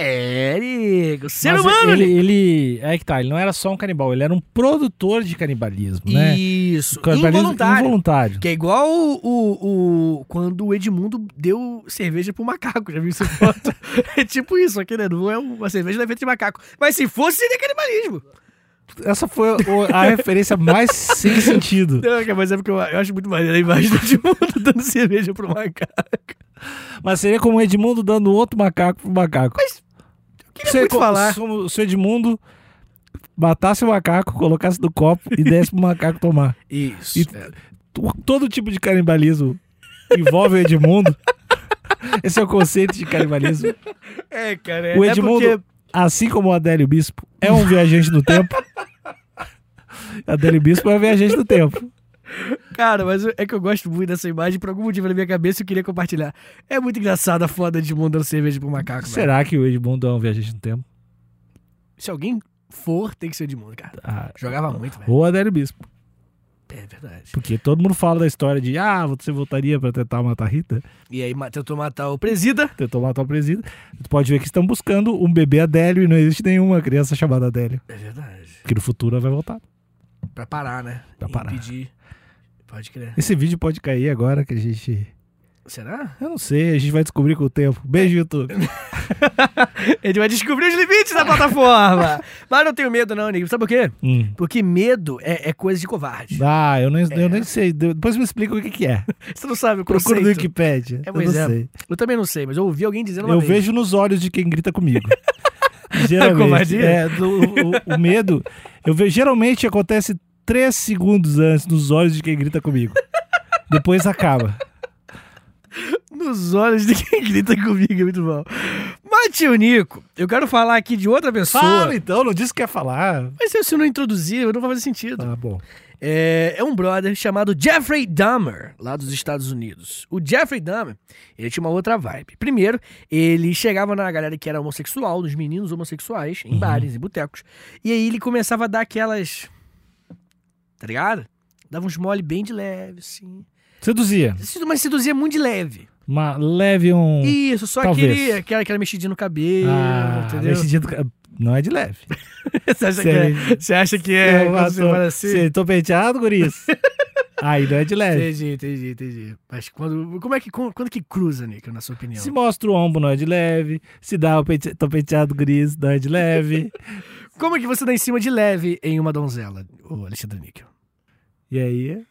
S3: É, Nico. Ser
S2: Mas
S3: humano,
S2: ele,
S3: Nico.
S2: ele. É que tá, ele não era só um canibal, ele era um produtor de canibalismo, né?
S3: Isso.
S2: Canibalismo
S3: Involuntário.
S2: involuntário.
S3: Que é igual o, o- o- quando o Edmundo deu cerveja pro macaco, já viu essa foto? é tipo isso aqui, né? Não é uma cerveja da feita de macaco. Mas se fosse, seria canibalismo.
S2: Essa foi o- a referência mais sem sentido.
S3: Não, cara, mas é porque eu, eu acho muito maneiro a imagem do Edmundo dando cerveja pro macaco.
S2: Mas seria como o Edmundo dando outro macaco pro macaco.
S3: Queria muito
S2: co-
S3: falar.
S2: Somos, o seu Edmundo matasse o macaco, colocasse no copo e desse pro macaco tomar.
S3: Isso.
S2: E-
S3: é.
S2: Tu- Todo tipo de canibalismo envolve o Edmundo. Esse é o conceito de canibalismo.
S3: É, cara.
S2: O Edmundo, assim como o Adélio Bispo, é um viajante do tempo. Adélio Bispo é um viajante do tempo.
S3: Cara, mas é que eu gosto muito dessa imagem. Por algum motivo na minha cabeça eu queria compartilhar. É muito engraçada a foda de mundo dando cerveja pro macaco. velho.
S2: Será que o Edmundo é um viajante do tempo?
S3: Se alguém for, tem que ser de mundo, cara.
S2: Ah,
S3: Jogava muito, velho.
S2: ou Adélio Bispo.
S3: É verdade.
S2: Porque todo mundo fala da história de ah, você voltaria pra tentar matar a Rita,
S3: E aí ma- tentou matar o presida.
S2: tentou matar o presídio. Tu pode ver que estão buscando um bebê Adélio e não existe nenhuma criança chamada Adélio.
S3: É verdade.
S2: Porque no futuro ela vai voltar.
S3: Pra parar, né?
S2: Pra
S3: E
S2: parar.
S3: Impedir. Pode crer.
S2: Esse vídeo pode cair agora que a gente.
S3: Será?
S2: Eu não sei, a gente vai descobrir com o tempo. Beijo, YouTube.
S3: Ele vai descobrir os limites da plataforma. Mas não tenho medo, não, Nico. Sabe por quê?
S2: Hum.
S3: Porque medo é, é coisa de covarde.
S2: Ah, eu nem, eu nem sei. De- Depois me explica o que, que é.
S3: Você não sabe o
S2: Procura
S3: conceito.
S2: no Wikipedia.
S3: É,
S2: eu
S3: pois
S2: não
S3: é.
S2: sei.
S3: Eu também não sei, mas eu ouvi alguém dizendo uma
S2: Eu
S3: vez.
S2: vejo nos olhos de quem grita comigo. geralmente.
S3: Covardia?
S2: É, do- o, o medo. Eu vejo, geralmente acontece três segundos antes nos olhos de quem grita comigo. Depois acaba.
S3: Nos olhos de quem grita comigo, é muito bom. Mas, tio Nico, eu quero falar aqui de outra pessoa.
S2: Fala então, não disse que ia falar.
S3: Mas se eu- se eu não introduzir, não vai fazer sentido.
S2: Tá bom.
S3: É, é um brother chamado Jeffrey Dahmer, lá dos Estados Unidos. O Jeffrey Dahmer, ele tinha uma outra vibe. Primeiro, ele chegava na galera que era homossexual, nos meninos homossexuais, em bares e botecos. E aí ele começava a dar aquelas. Tá ligado? Dava uns mole bem de leve, assim.
S2: Seduzia.
S3: Mas seduzia muito de leve.
S2: Uma leve um.
S3: Isso, só
S2: talvez.
S3: queria aquela, aquela mexidinha no cabelo,
S2: Ah,
S3: entendeu?
S2: nesse dia do ca- Não é de leve.
S3: Você acha que é.
S2: Você-
S3: Você acha que
S2: É,
S3: é.
S2: eu
S3: quando você
S2: tô-
S3: fala assim?
S2: Cê- tô penteado, guris? Aí não é de leve.
S3: Entendi, entendi, entendi. Mas quando. Como é que. Quando, quando que cruza, Nico, na sua opinião?
S2: Se mostra o ombro, não é de leve. Se dá o pente... tô penteado, guris, não é de leve.
S3: Como é que você dá em cima de leve em uma donzela, ô Alexandre Níquel?
S2: E aí?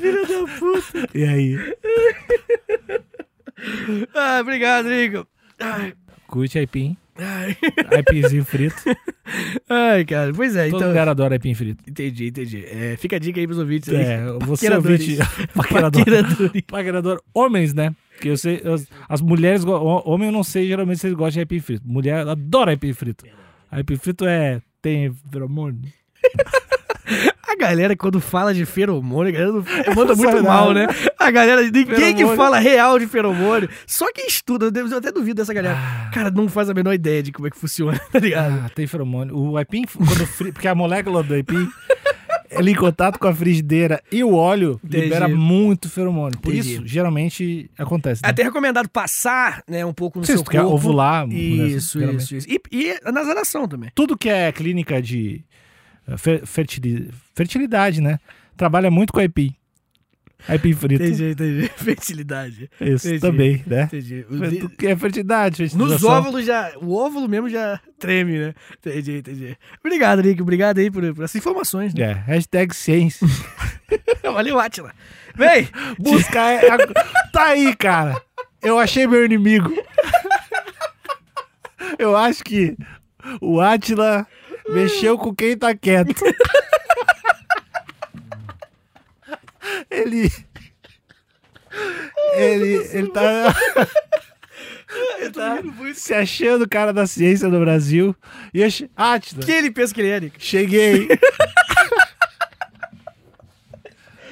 S3: Filha da puta.
S2: E aí?
S3: ah, obrigado, Nico. Ai,
S2: Curte aipim.
S3: ai.
S2: Aipimzinho frito.
S3: Ai, cara, pois é,
S2: Todo
S3: então.
S2: lugar adora aipim frito.
S3: Entendi, entendi. É, fica a dica aí pros ouvintes. aí.
S2: É, você
S3: Paqueradores.
S2: ouvinte... Paquerador.
S3: Paqueradores.
S2: Paquerador. Homens, né? Porque eu sei... eu- As mulheres... go- ho- Homem eu não sei, geralmente vocês gostam de aipim frito. Mulher adora aipim frito. Aipim frito é... Tem feromônio.
S3: A galera, quando fala de feromônio, a galera não- manda
S2: Não
S3: muito
S2: sabe
S3: mal, né?
S2: nada.
S3: A galera, ninguém que
S2: Feromônio.
S3: fala real de feromônio, só quem estuda, eu até duvido dessa galera.
S2: Ah.
S3: Cara, não faz a menor ideia de como é que funciona, tá ligado?
S2: Ah, tem feromônio. O aipim, quando fri... porque a molécula do aipim, ela em contato com a frigideira e o óleo
S3: Entendi.
S2: libera muito feromônio. Por
S3: Entendi.
S2: isso, geralmente acontece.
S3: É
S2: Né?
S3: até recomendado passar, né, um pouco no
S2: Não sei se
S3: seu
S2: tu quer
S3: corpo.
S2: ovular. mulher,
S3: Isso,
S2: geralmente.
S3: isso, isso. E, e nasalação também.
S2: Tudo que é clínica de eh, fer- fertili- fertilidade, né? Trabalha muito com aipim. Aipim frito.
S3: Entendi, entendi. Fertilidade.
S2: Isso
S3: entendi.
S2: também, né?
S3: Entendi. O de-
S2: Tudo que é fertilidade,
S3: Nos
S2: fertilização.
S3: óvulos já. O óvulo mesmo já treme, né? Entendi, entendi. Obrigado, Nick. Obrigado aí por, por essas informações. Né?
S2: É, hashtag ciência.
S3: Valeu, Atila. Vem!
S2: Busca é. a- Tá aí, cara. Eu achei meu inimigo. Eu acho que o Atila mexeu com quem tá quieto. Ele. Ele, ele tá
S3: Eu tô rindo muito.
S2: se achando o cara da ciência do Brasil. E eu che- Atila,
S3: Quem ele pensa que ele é, Nick?
S2: cheguei.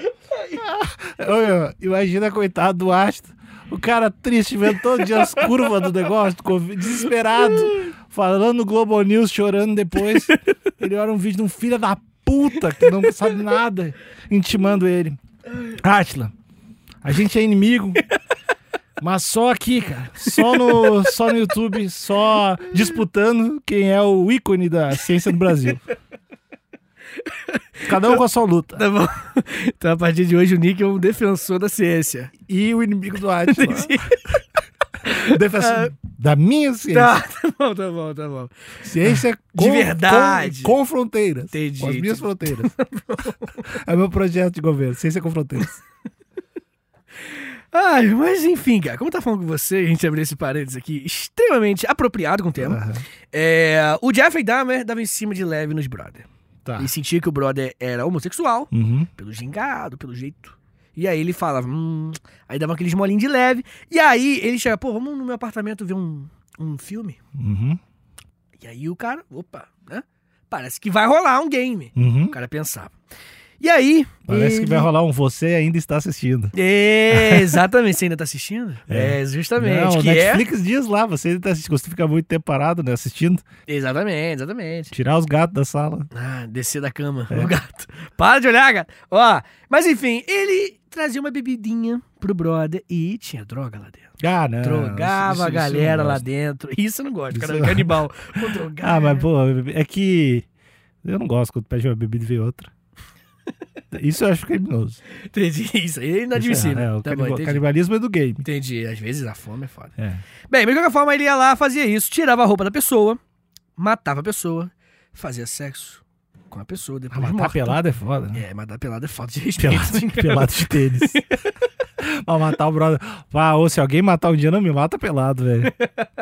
S2: Ô, meu, imagina, coitado do Astro. O cara triste, vendo todo dia as curvas do negócio, do Covid, desesperado, falando no Globo News, chorando depois. Ele olha um vídeo de um filho da puta que não sabe nada, intimando ele. Atila, a gente é inimigo, mas só aqui, cara. Só no, só no YouTube, só disputando quem é o ícone da ciência do Brasil. Cada um com a sua luta.
S3: Tá bom. Então, a partir de hoje, o Nick é um defensor da ciência.
S2: e o inimigo do Atila. Defensor Ah, da minha ciência.
S3: Tá, tá bom, tá bom, tá bom.
S2: Ciência
S3: De verdade.
S2: Com, com fronteiras.
S3: Entendi,
S2: Com as minhas
S3: entendi.
S2: fronteiras. é meu projeto de governo. Ciência com fronteiras.
S3: Ai, mas enfim, cara, como eu tava falando com você, a gente abriu esse parênteses aqui, extremamente apropriado com o tema.
S2: Aham.
S3: É, o Jeffrey Dahmer dava em cima de leve nos brother.
S2: Tá.
S3: Ele sentia que o brother era homossexual,
S2: Uhum.
S3: pelo gingado, pelo jeito. E aí ele falava, hum. Aí dava aqueles molinhos de leve. E aí ele chega, pô, vamos no meu apartamento ver um, um filme?
S2: Uhum.
S3: E aí o cara, opa, né? Parece que vai rolar um game.
S2: Uhum.
S3: O cara pensava. E aí.
S2: Parece
S3: ele-
S2: que vai rolar um você ainda está assistindo.
S3: É, exatamente, você ainda tá assistindo?
S2: É.
S3: É, justamente.
S2: Não,
S3: que
S2: Netflix diz lá, você ainda tá assistindo. Você fica muito tempo parado, né? Assistindo.
S3: é. Exatamente, exatamente.
S2: Tirar os gatos da sala.
S3: Ah, descer da cama,
S2: É.
S3: o gato. Para de olhar, gato. Ó, mas enfim, ele trazia uma bebidinha pro brother e tinha droga lá dentro.
S2: Ah, não.
S3: Drogava
S2: isso- isso-
S3: a
S2: isso
S3: galera
S2: eu não
S3: lá
S2: gosto.
S3: dentro. Isso eu não gosto, cara
S2: Isso-
S3: é canibal. Vou drogar.
S2: Ah, mas pô, é que... Eu não gosto quando pede uma bebida e vem outra. Isso eu acho criminoso.
S3: Entendi, isso aí é inadmissível.
S2: Isso é errado. É, o
S3: tá
S2: caniba-
S3: bom, entendi.
S2: canibalismo é do game.
S3: entendi. Às vezes a fome é foda.
S2: É.
S3: Bem, mas de qualquer forma ele ia lá, fazia isso, tirava a roupa da pessoa, matava a pessoa, fazia sexo com a pessoa, depois
S2: Ah, matar
S3: morta.
S2: pelado é foda, né?
S3: É, matar pelado é falta de respeito. né?
S2: Pelado, pelado de tênis. Pra matar o brother. Ah, ou se alguém matar um dia, não me mata pelado, velho.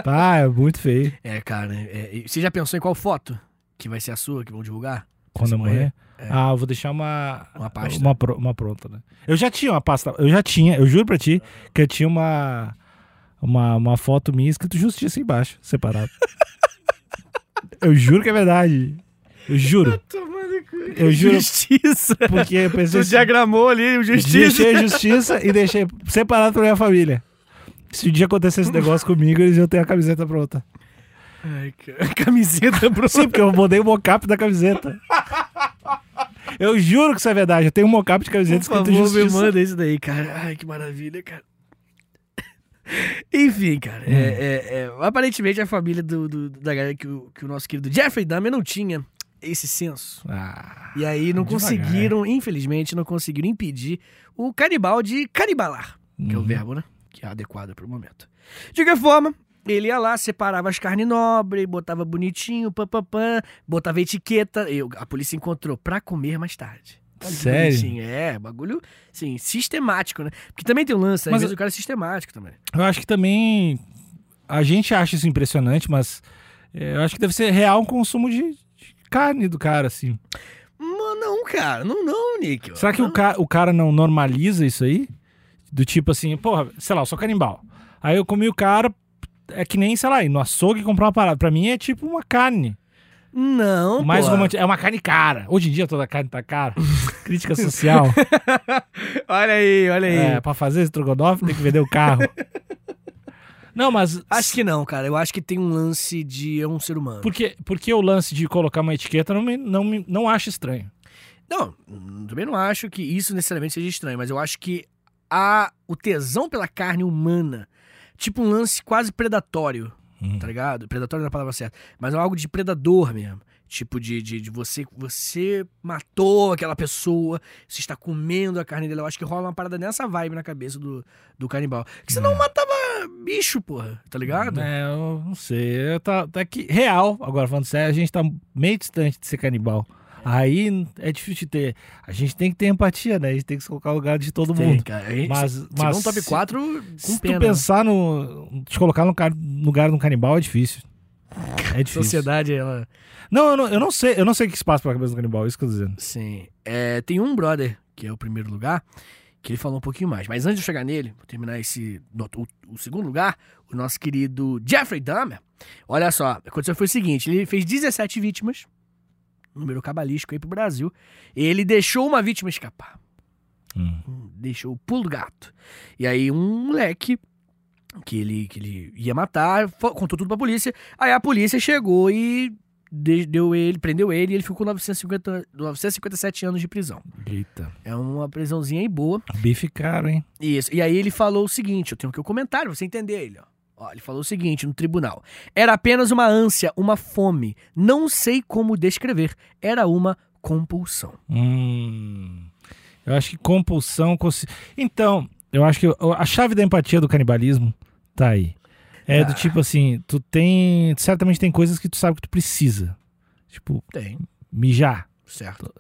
S2: Ah, é muito feio.
S3: É, cara, é, e você já pensou em qual foto que vai ser a sua, que vão divulgar?
S2: Quando
S3: Se
S2: eu morrer.
S3: é.
S2: Ah, eu vou deixar uma.
S3: Ah, Uma pasta.
S2: Uma, pro- uma pronta, né? Eu já tinha uma pasta. Eu já tinha, eu juro pra ti, que eu tinha uma. Uma, uma foto minha escrito justiça embaixo, separado. eu juro que é verdade. Eu juro.
S3: Tomando
S2: Eu juro,
S3: Justiça.
S2: porque eu pensei.
S3: Tu
S2: assim,
S3: diagramou ali o justiça.
S2: Deixei justiça e deixei separado pra minha família. Se um dia acontecer esse negócio comigo, eles iam ter a camiseta pronta.
S3: Ai, cara. Camiseta pro
S2: Sim, porque eu mudei o mocap da camiseta. Eu juro que isso é verdade. Eu tenho um mocap de camiseta
S3: Por
S2: escrito
S3: favor, me
S2: justiça.
S3: manda isso daí, cara. Ai, que maravilha, cara. Enfim, cara, é- é- é, aparentemente a família do, do- da galera que o, que o nosso querido Jeffrey Dahmer não tinha esse senso.
S2: Ah,
S3: E aí não
S2: Devagar.
S3: conseguiram, infelizmente, não conseguiram impedir o canibal de canibalar, que é o
S2: Uhum.
S3: verbo, né? Que é adequado pro momento. De qualquer forma, ele ia lá, separava as carnes nobres, botava bonitinho, pam, pam, pam, botava etiqueta. Eu, a polícia encontrou pra comer mais tarde. Olha que
S2: Sério?
S3: bonitinho, É, bagulho, sim, sistemático, né? Porque também tem o lance, às
S2: Mas-
S3: vezes o cara é sistemático também.
S2: eu acho que também a gente acha isso impressionante, mas é, eu acho que deve ser real um consumo de, de carne do cara, assim.
S3: Mano, não, cara, não, não, Níquel.
S2: Será que
S3: não,
S2: o, ca o cara não normaliza isso aí? Do tipo assim, porra, sei lá, eu sou canibal. Aí eu comi o cara, é que nem, sei lá, ir no açougue e comprar uma parada. Pra mim é tipo uma carne.
S3: Não,
S2: mais
S3: pô.
S2: romântica. É uma carne cara. Hoje em dia toda carne tá cara. Crítica social.
S3: Olha aí, olha aí.
S2: É, pra fazer estrogonofe tem que vender o carro. Não, mas.
S3: Acho que não, cara. Eu acho que tem um lance de é um ser humano.
S2: Porque, porque o lance de colocar uma etiqueta não, me, não, me, não acho estranho.
S3: Não, hum, também não acho que isso necessariamente seja estranho, mas eu acho que a, o tesão pela carne humana, tipo um lance quase predatório,
S2: Hum.
S3: tá ligado? Predatório não é a palavra certa, mas é algo de predador mesmo. Tipo de, de, de você você matou aquela pessoa, você está comendo a carne dela. Eu acho que rola uma parada nessa vibe na cabeça do, do canibal. Que você não matava bicho, porra, tá ligado?
S2: É, eu não sei. Eu tá, tá aqui, real, agora falando sério, a gente tá meio distante de ser canibal. Aí é difícil de ter. A gente tem que ter empatia, né? A gente tem que se colocar no lugar de todo
S3: Tem,
S2: mundo.
S3: cara. A gente-
S2: Mas,
S3: se
S2: mas
S3: não top
S2: se-
S3: 4,
S2: Se
S3: com
S2: tu
S3: pena. né?
S2: pensar no. Te colocar no car- no lugar de um canibal é difícil. É
S3: A
S2: difícil.
S3: sociedade, ela...
S2: Não, eu não, eu não sei, eu não sei o que se passa pela cabeça do canibal, isso que eu tô dizendo.
S3: Sim. É, tem um brother, que é o primeiro lugar, que ele falou um pouquinho mais. Mas antes de eu chegar nele, vou terminar esse. no- O, o segundo lugar, o nosso querido Jeffrey Dahmer. Olha só, aconteceu foi o seguinte: ele fez 17 vítimas, número cabalístico aí pro Brasil. Ele deixou uma vítima escapar Hum. deixou o pulo do gato. E aí um moleque que ele, que ele ia matar, fo- contou tudo pra polícia. Aí a polícia chegou e de- deu ele, prendeu ele e ele ficou com 950, 957 anos de prisão.
S2: Eita.
S3: É uma prisãozinha aí boa.
S2: Bife caro, hein?
S3: Isso. E aí ele falou o seguinte, eu tenho aqui o comentário pra você entender ele, ó. Ó, ele falou o seguinte no tribunal: era apenas uma ânsia, uma fome, não sei como descrever, era uma compulsão.
S2: Hum. Eu acho que compulsão. consci- Então, eu acho que o- a chave da empatia do canibalismo tá aí. É do
S3: Ah.
S2: tipo assim, tu tem. tu certamente tem coisas que tu sabe que tu precisa. Tipo,
S3: Tem,
S2: mijar.
S3: certo.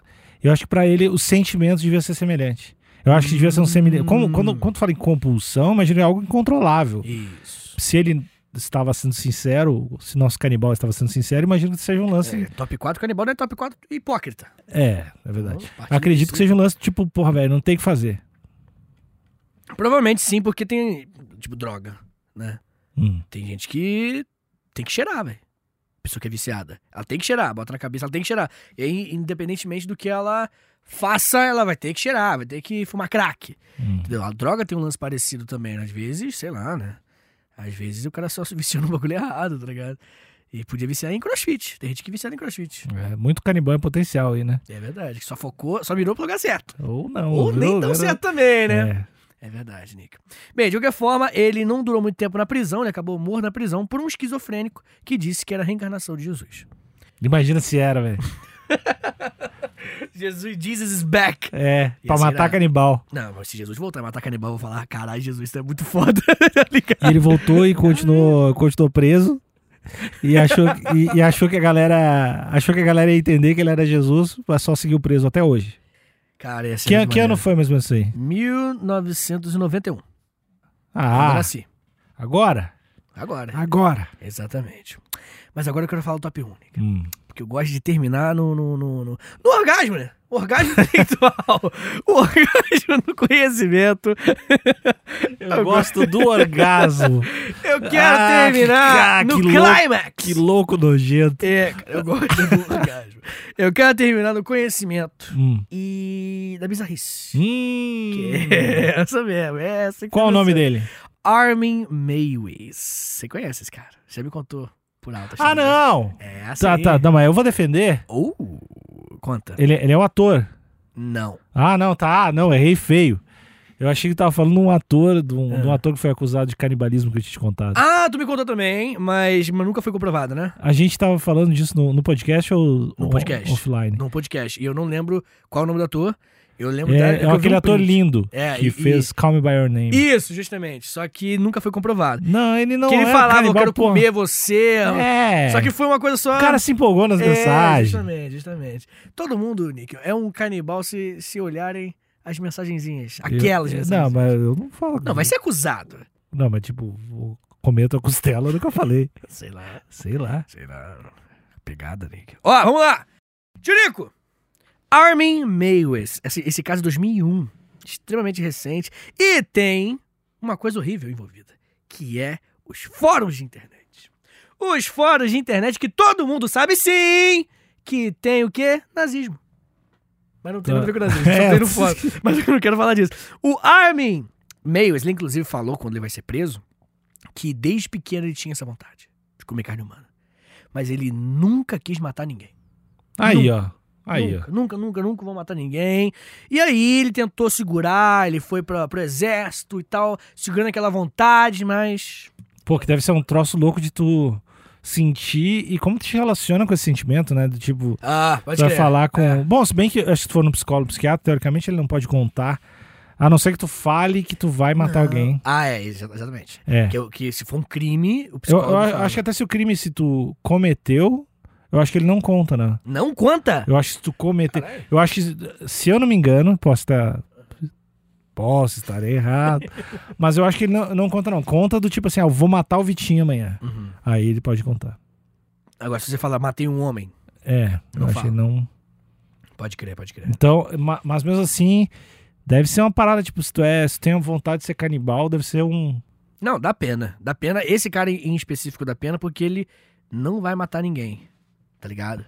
S2: Eu acho que pra ele os sentimentos deviam ser semelhantes. Eu acho que devia ser um semi. Como, quando, quando fala em compulsão, imagina é algo incontrolável.
S3: Isso.
S2: Se ele estava sendo sincero, se nosso canibal estava sendo sincero, imagino que seja um lance.
S3: É, top 4 canibal não é top 4 hipócrita.
S2: É, é, verdade.
S3: Então, parte
S2: Acredito
S3: do
S2: que seja um lance tipo, porra, velho, não tem o que fazer.
S3: princípio- Provavelmente sim, porque tem, tipo, droga, né?
S2: Hum.
S3: Tem gente que tem que cheirar, velho. Pessoa que é viciada. Ela tem que cheirar, bota na cabeça, ela tem que cheirar. E aí, independentemente do que ela faça, ela vai ter que cheirar, vai ter que fumar crack.
S2: Hum.
S3: Entendeu? A droga tem um lance parecido também. né? Às vezes, sei lá, né? Às vezes o cara só se viciou no bagulho errado, tá ligado? E podia viciar em crossfit. Tem gente que viciada em crossfit.
S2: É, muito canibal em potencial aí, né?
S3: É verdade. que Só focou, só mirou pro lugar certo.
S2: Ou não.
S3: Ou
S2: virou-
S3: nem tão
S2: virou-
S3: certo também, né?
S2: É.
S3: É verdade, Nick. Bem, de qualquer forma, ele não durou muito tempo na prisão, ele acabou morto na prisão por um esquizofrênico que disse que era a reencarnação de Jesus.
S2: Imagina se era, velho.
S3: Jesus, Jesus is back!
S2: É, pra
S3: ser
S2: matar
S3: irado.
S2: canibal.
S3: Não, mas se Jesus voltar e matar canibal, eu vou falar, caralho, Jesus, isso é muito foda. Tá ligado?
S2: E ele voltou e continuou, continuou preso. E achou, e, e achou que a galera. Achou que a galera ia entender que ele era Jesus, mas só seguiu preso até hoje.
S3: Cara, ia ser
S2: Que,
S3: muito
S2: que ano
S3: maneiro.
S2: foi mais ou menos isso aí?
S3: 1991. Eu
S2: Ah,
S3: nasci.
S2: agora?
S3: Agora.
S2: Agora.
S3: Exatamente. Mas agora eu quero falar do top 1, Nick.
S2: Hum.
S3: Porque eu gosto de terminar no, no, no, no, no orgasmo, né? O orgasmo intelectual. o orgasmo do conhecimento.
S2: Eu gosto do orgasmo.
S3: Eu quero
S2: Ah,
S3: terminar
S2: que- ah,
S3: no
S2: que lou-
S3: climax.
S2: Que louco nojento.
S3: É, cara, eu gosto do orgasmo. Eu quero terminar no conhecimento
S2: Hum.
S3: e da bizarrice.
S2: Hum.
S3: É essa mesmo, é essa. que
S2: Qual o
S3: eu
S2: nome
S3: sei.
S2: dele?
S3: Armin Meiwes. Você conhece esse cara? Você me contou por alto. assim,
S2: Ah, não!
S3: É assim.
S2: Tá, tá, não, mas eu vou defender.
S3: Ou conta.
S2: Ele, ele é um ator.
S3: Não.
S2: Ah, não, tá. Ah, não, errei feio. Eu achei que tava falando de um ator, de um, de
S3: É.
S2: um ator que foi acusado de canibalismo que eu tinha te contado.
S3: Ah, tu me contou também, mas, mas nunca foi comprovado, né?
S2: A gente tava falando disso no, no podcast ou
S3: No
S2: ou-
S3: podcast.
S2: offline?
S3: Num podcast. E eu não lembro qual é o nome do ator. Eu lembro dela,
S2: É,
S3: que
S2: é
S3: eu vi
S2: aquele
S3: um
S2: ator
S3: print.
S2: lindo
S3: É,
S2: que
S3: e-
S2: fez Call Me By Your Name.
S3: Isso, justamente. Só que nunca foi comprovado.
S2: Não, ele não
S3: que ele
S2: é
S3: falava, eu
S2: canibal,
S3: quero
S2: porra.
S3: comer você.
S2: É.
S3: Só que foi uma coisa só.
S2: o cara se empolgou nas
S3: É,
S2: mensagens.
S3: Justamente, justamente. Todo mundo, Nick, é um canibal se, se olharem as mensagenzinhas.
S2: Eu-
S3: Aquelas
S2: eu- é,
S3: mensagens.
S2: Não, mas eu não falo.
S3: Não, vai ser acusado.
S2: Não, mas tipo, o- comer tua costela, eu nunca falei.
S3: Sei lá.
S2: Sei lá.
S3: Sei lá. Pegada, Nick. Ó, vamos lá. Tirico. Armin Meiwes. Esse, esse caso é 2001. Extremamente recente. E tem uma coisa horrível envolvida. Que é os fóruns de internet. Os fóruns de internet que todo mundo sabe sim que tem o quê? Nazismo. Mas não tem nada a ver com nazismo. Só
S2: É.
S3: tem no fórum. Mas eu não quero falar disso. O Armin Meiwes, ele inclusive falou quando ele vai ser preso que desde pequeno ele tinha essa vontade de comer carne humana. Mas ele nunca quis matar ninguém.
S2: Aí, ó. Aí, ó.
S3: nunca, nunca, nunca, nunca vou matar ninguém. E aí ele tentou segurar, ele foi pra, pro exército e tal, segurando aquela vontade, mas.
S2: Pô, que deve ser um troço louco de tu sentir e como tu te relaciona com esse sentimento, né? Do tipo,
S3: Ah,
S2: tu vai falar com. Bom, se bem que acho que tu for no psicólogo, psiquiatra, teoricamente ele não pode contar. A não ser que tu fale que tu vai matar alguém.
S3: Ah, é, exa- exatamente.
S2: É.
S3: Que, eu- que se for um crime, o
S2: Eu,
S3: psicólogo.
S2: eu
S3: fala.
S2: acho que até se o crime, se tu cometeu, eu acho que ele não conta, né?
S3: Não conta!
S2: Eu acho que se tu cometeu. Eu acho que, se eu não me engano, posso estar. Posso estar errado. mas eu acho que ele não, não conta, não. Conta do tipo assim, ah, eu vou matar o Vitinho amanhã.
S3: Uhum.
S2: Aí ele pode contar.
S3: Agora, se você falar, matei um homem.
S2: É,
S3: Não
S2: eu acho que
S3: fala.
S2: ele não.
S3: Pode crer, pode crer.
S2: Então, ma- mas mesmo assim, deve ser uma parada, tipo, se tu, é, se tu tem vontade de ser canibal, deve ser um.
S3: Não, dá pena. Dá pena. Esse cara em em específico dá pena porque ele não vai matar ninguém. Tá ligado?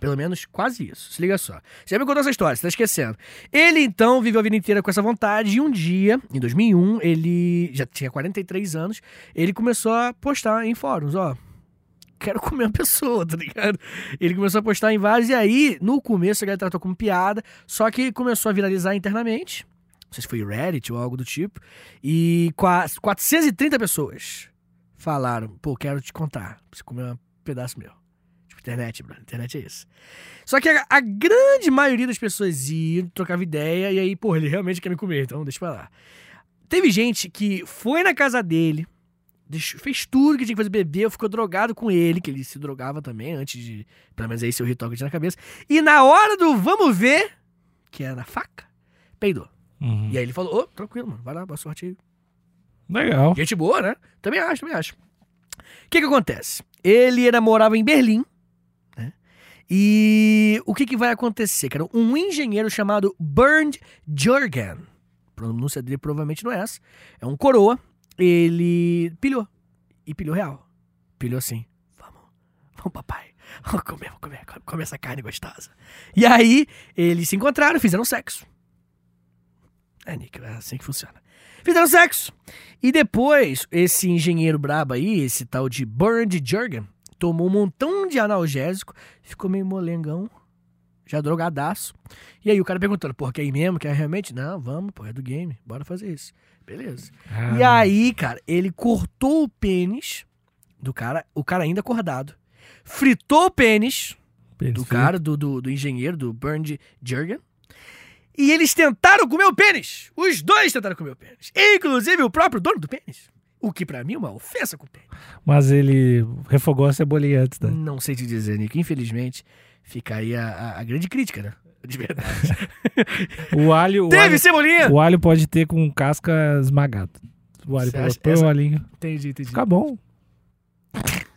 S3: Pelo menos quase isso. Se liga só. Você já me contou essa história, você tá esquecendo. Ele então viveu a vida inteira com essa vontade e um dia, em 2001, ele já tinha 43 anos, ele começou a postar em fóruns, ó. Quero comer uma pessoa, tá ligado? Ele começou a postar em vários, e aí, no começo, a galera tratou como piada, só que começou a viralizar internamente. Não sei se foi Reddit ou algo do tipo. E qua- 430 pessoas falaram: pô, quero te contar. Preciso comer um pedaço meu. Tipo, internet, brother. Internet é isso. Só que a, a grande maioria das pessoas iam, trocava ideia, e aí, pô, ele realmente quer me comer, então deixa pra lá. Teve gente que foi na casa dele, deixou- fez tudo que tinha que fazer, bebeu, ficou drogado com ele, que ele se drogava também antes de. Pelo menos é aí seu ritual que tinha na cabeça. E na hora do vamos ver, que era na faca, peidou.
S2: Uhum.
S3: E aí ele falou, ô, tranquilo, mano, vai lá, boa sorte aí.
S2: Legal.
S3: Gente boa, né? Também acho, também acho. O que que acontece? Ele era, morava em Berlim, né? E o que que vai acontecer? Cara, um engenheiro chamado Bernd Jürgen, a pronúncia dele provavelmente não é essa, é um coroa, ele pilhou. E pilhou real. Pilhou assim. Vamos, vamos papai. Vamos comer, vamos comer, come- come essa carne gostosa. E aí, eles se encontraram, fizeram sexo. É, Nick, é assim que funciona. Fizeram sexo. E depois, esse engenheiro brabo aí, esse tal de Bernd Jürgen, tomou um montão de analgésico, ficou meio molengão, já drogadaço. E aí o cara perguntando, pô, quer ir mesmo? Quer realmente? Não, vamos, pô, é do game, bora fazer isso. Beleza. E
S2: Ah,
S3: aí, cara, ele cortou o pênis do cara, o cara ainda acordado. Fritou o pênis do
S2: perfeito.
S3: cara, do, do, do engenheiro, do Bernd Jürgen. E eles tentaram comer o pênis. Os dois tentaram comer o pênis. Inclusive o próprio dono do pênis. O que pra mim é uma ofensa com o pênis.
S2: Mas ele refogou a cebolinha antes, né?
S3: Não sei te dizer, Nico. Infelizmente, fica aí a, a- a grande crítica, né? De verdade.
S2: O alho. O
S3: Teve
S2: alho,
S3: cebolinha!
S2: o alho pode ter com casca esmagada. O alho
S3: Você
S2: pode
S3: acha-
S2: põe
S3: essa-
S2: o alinho.
S3: Entendi, entendi.
S2: Fica bom.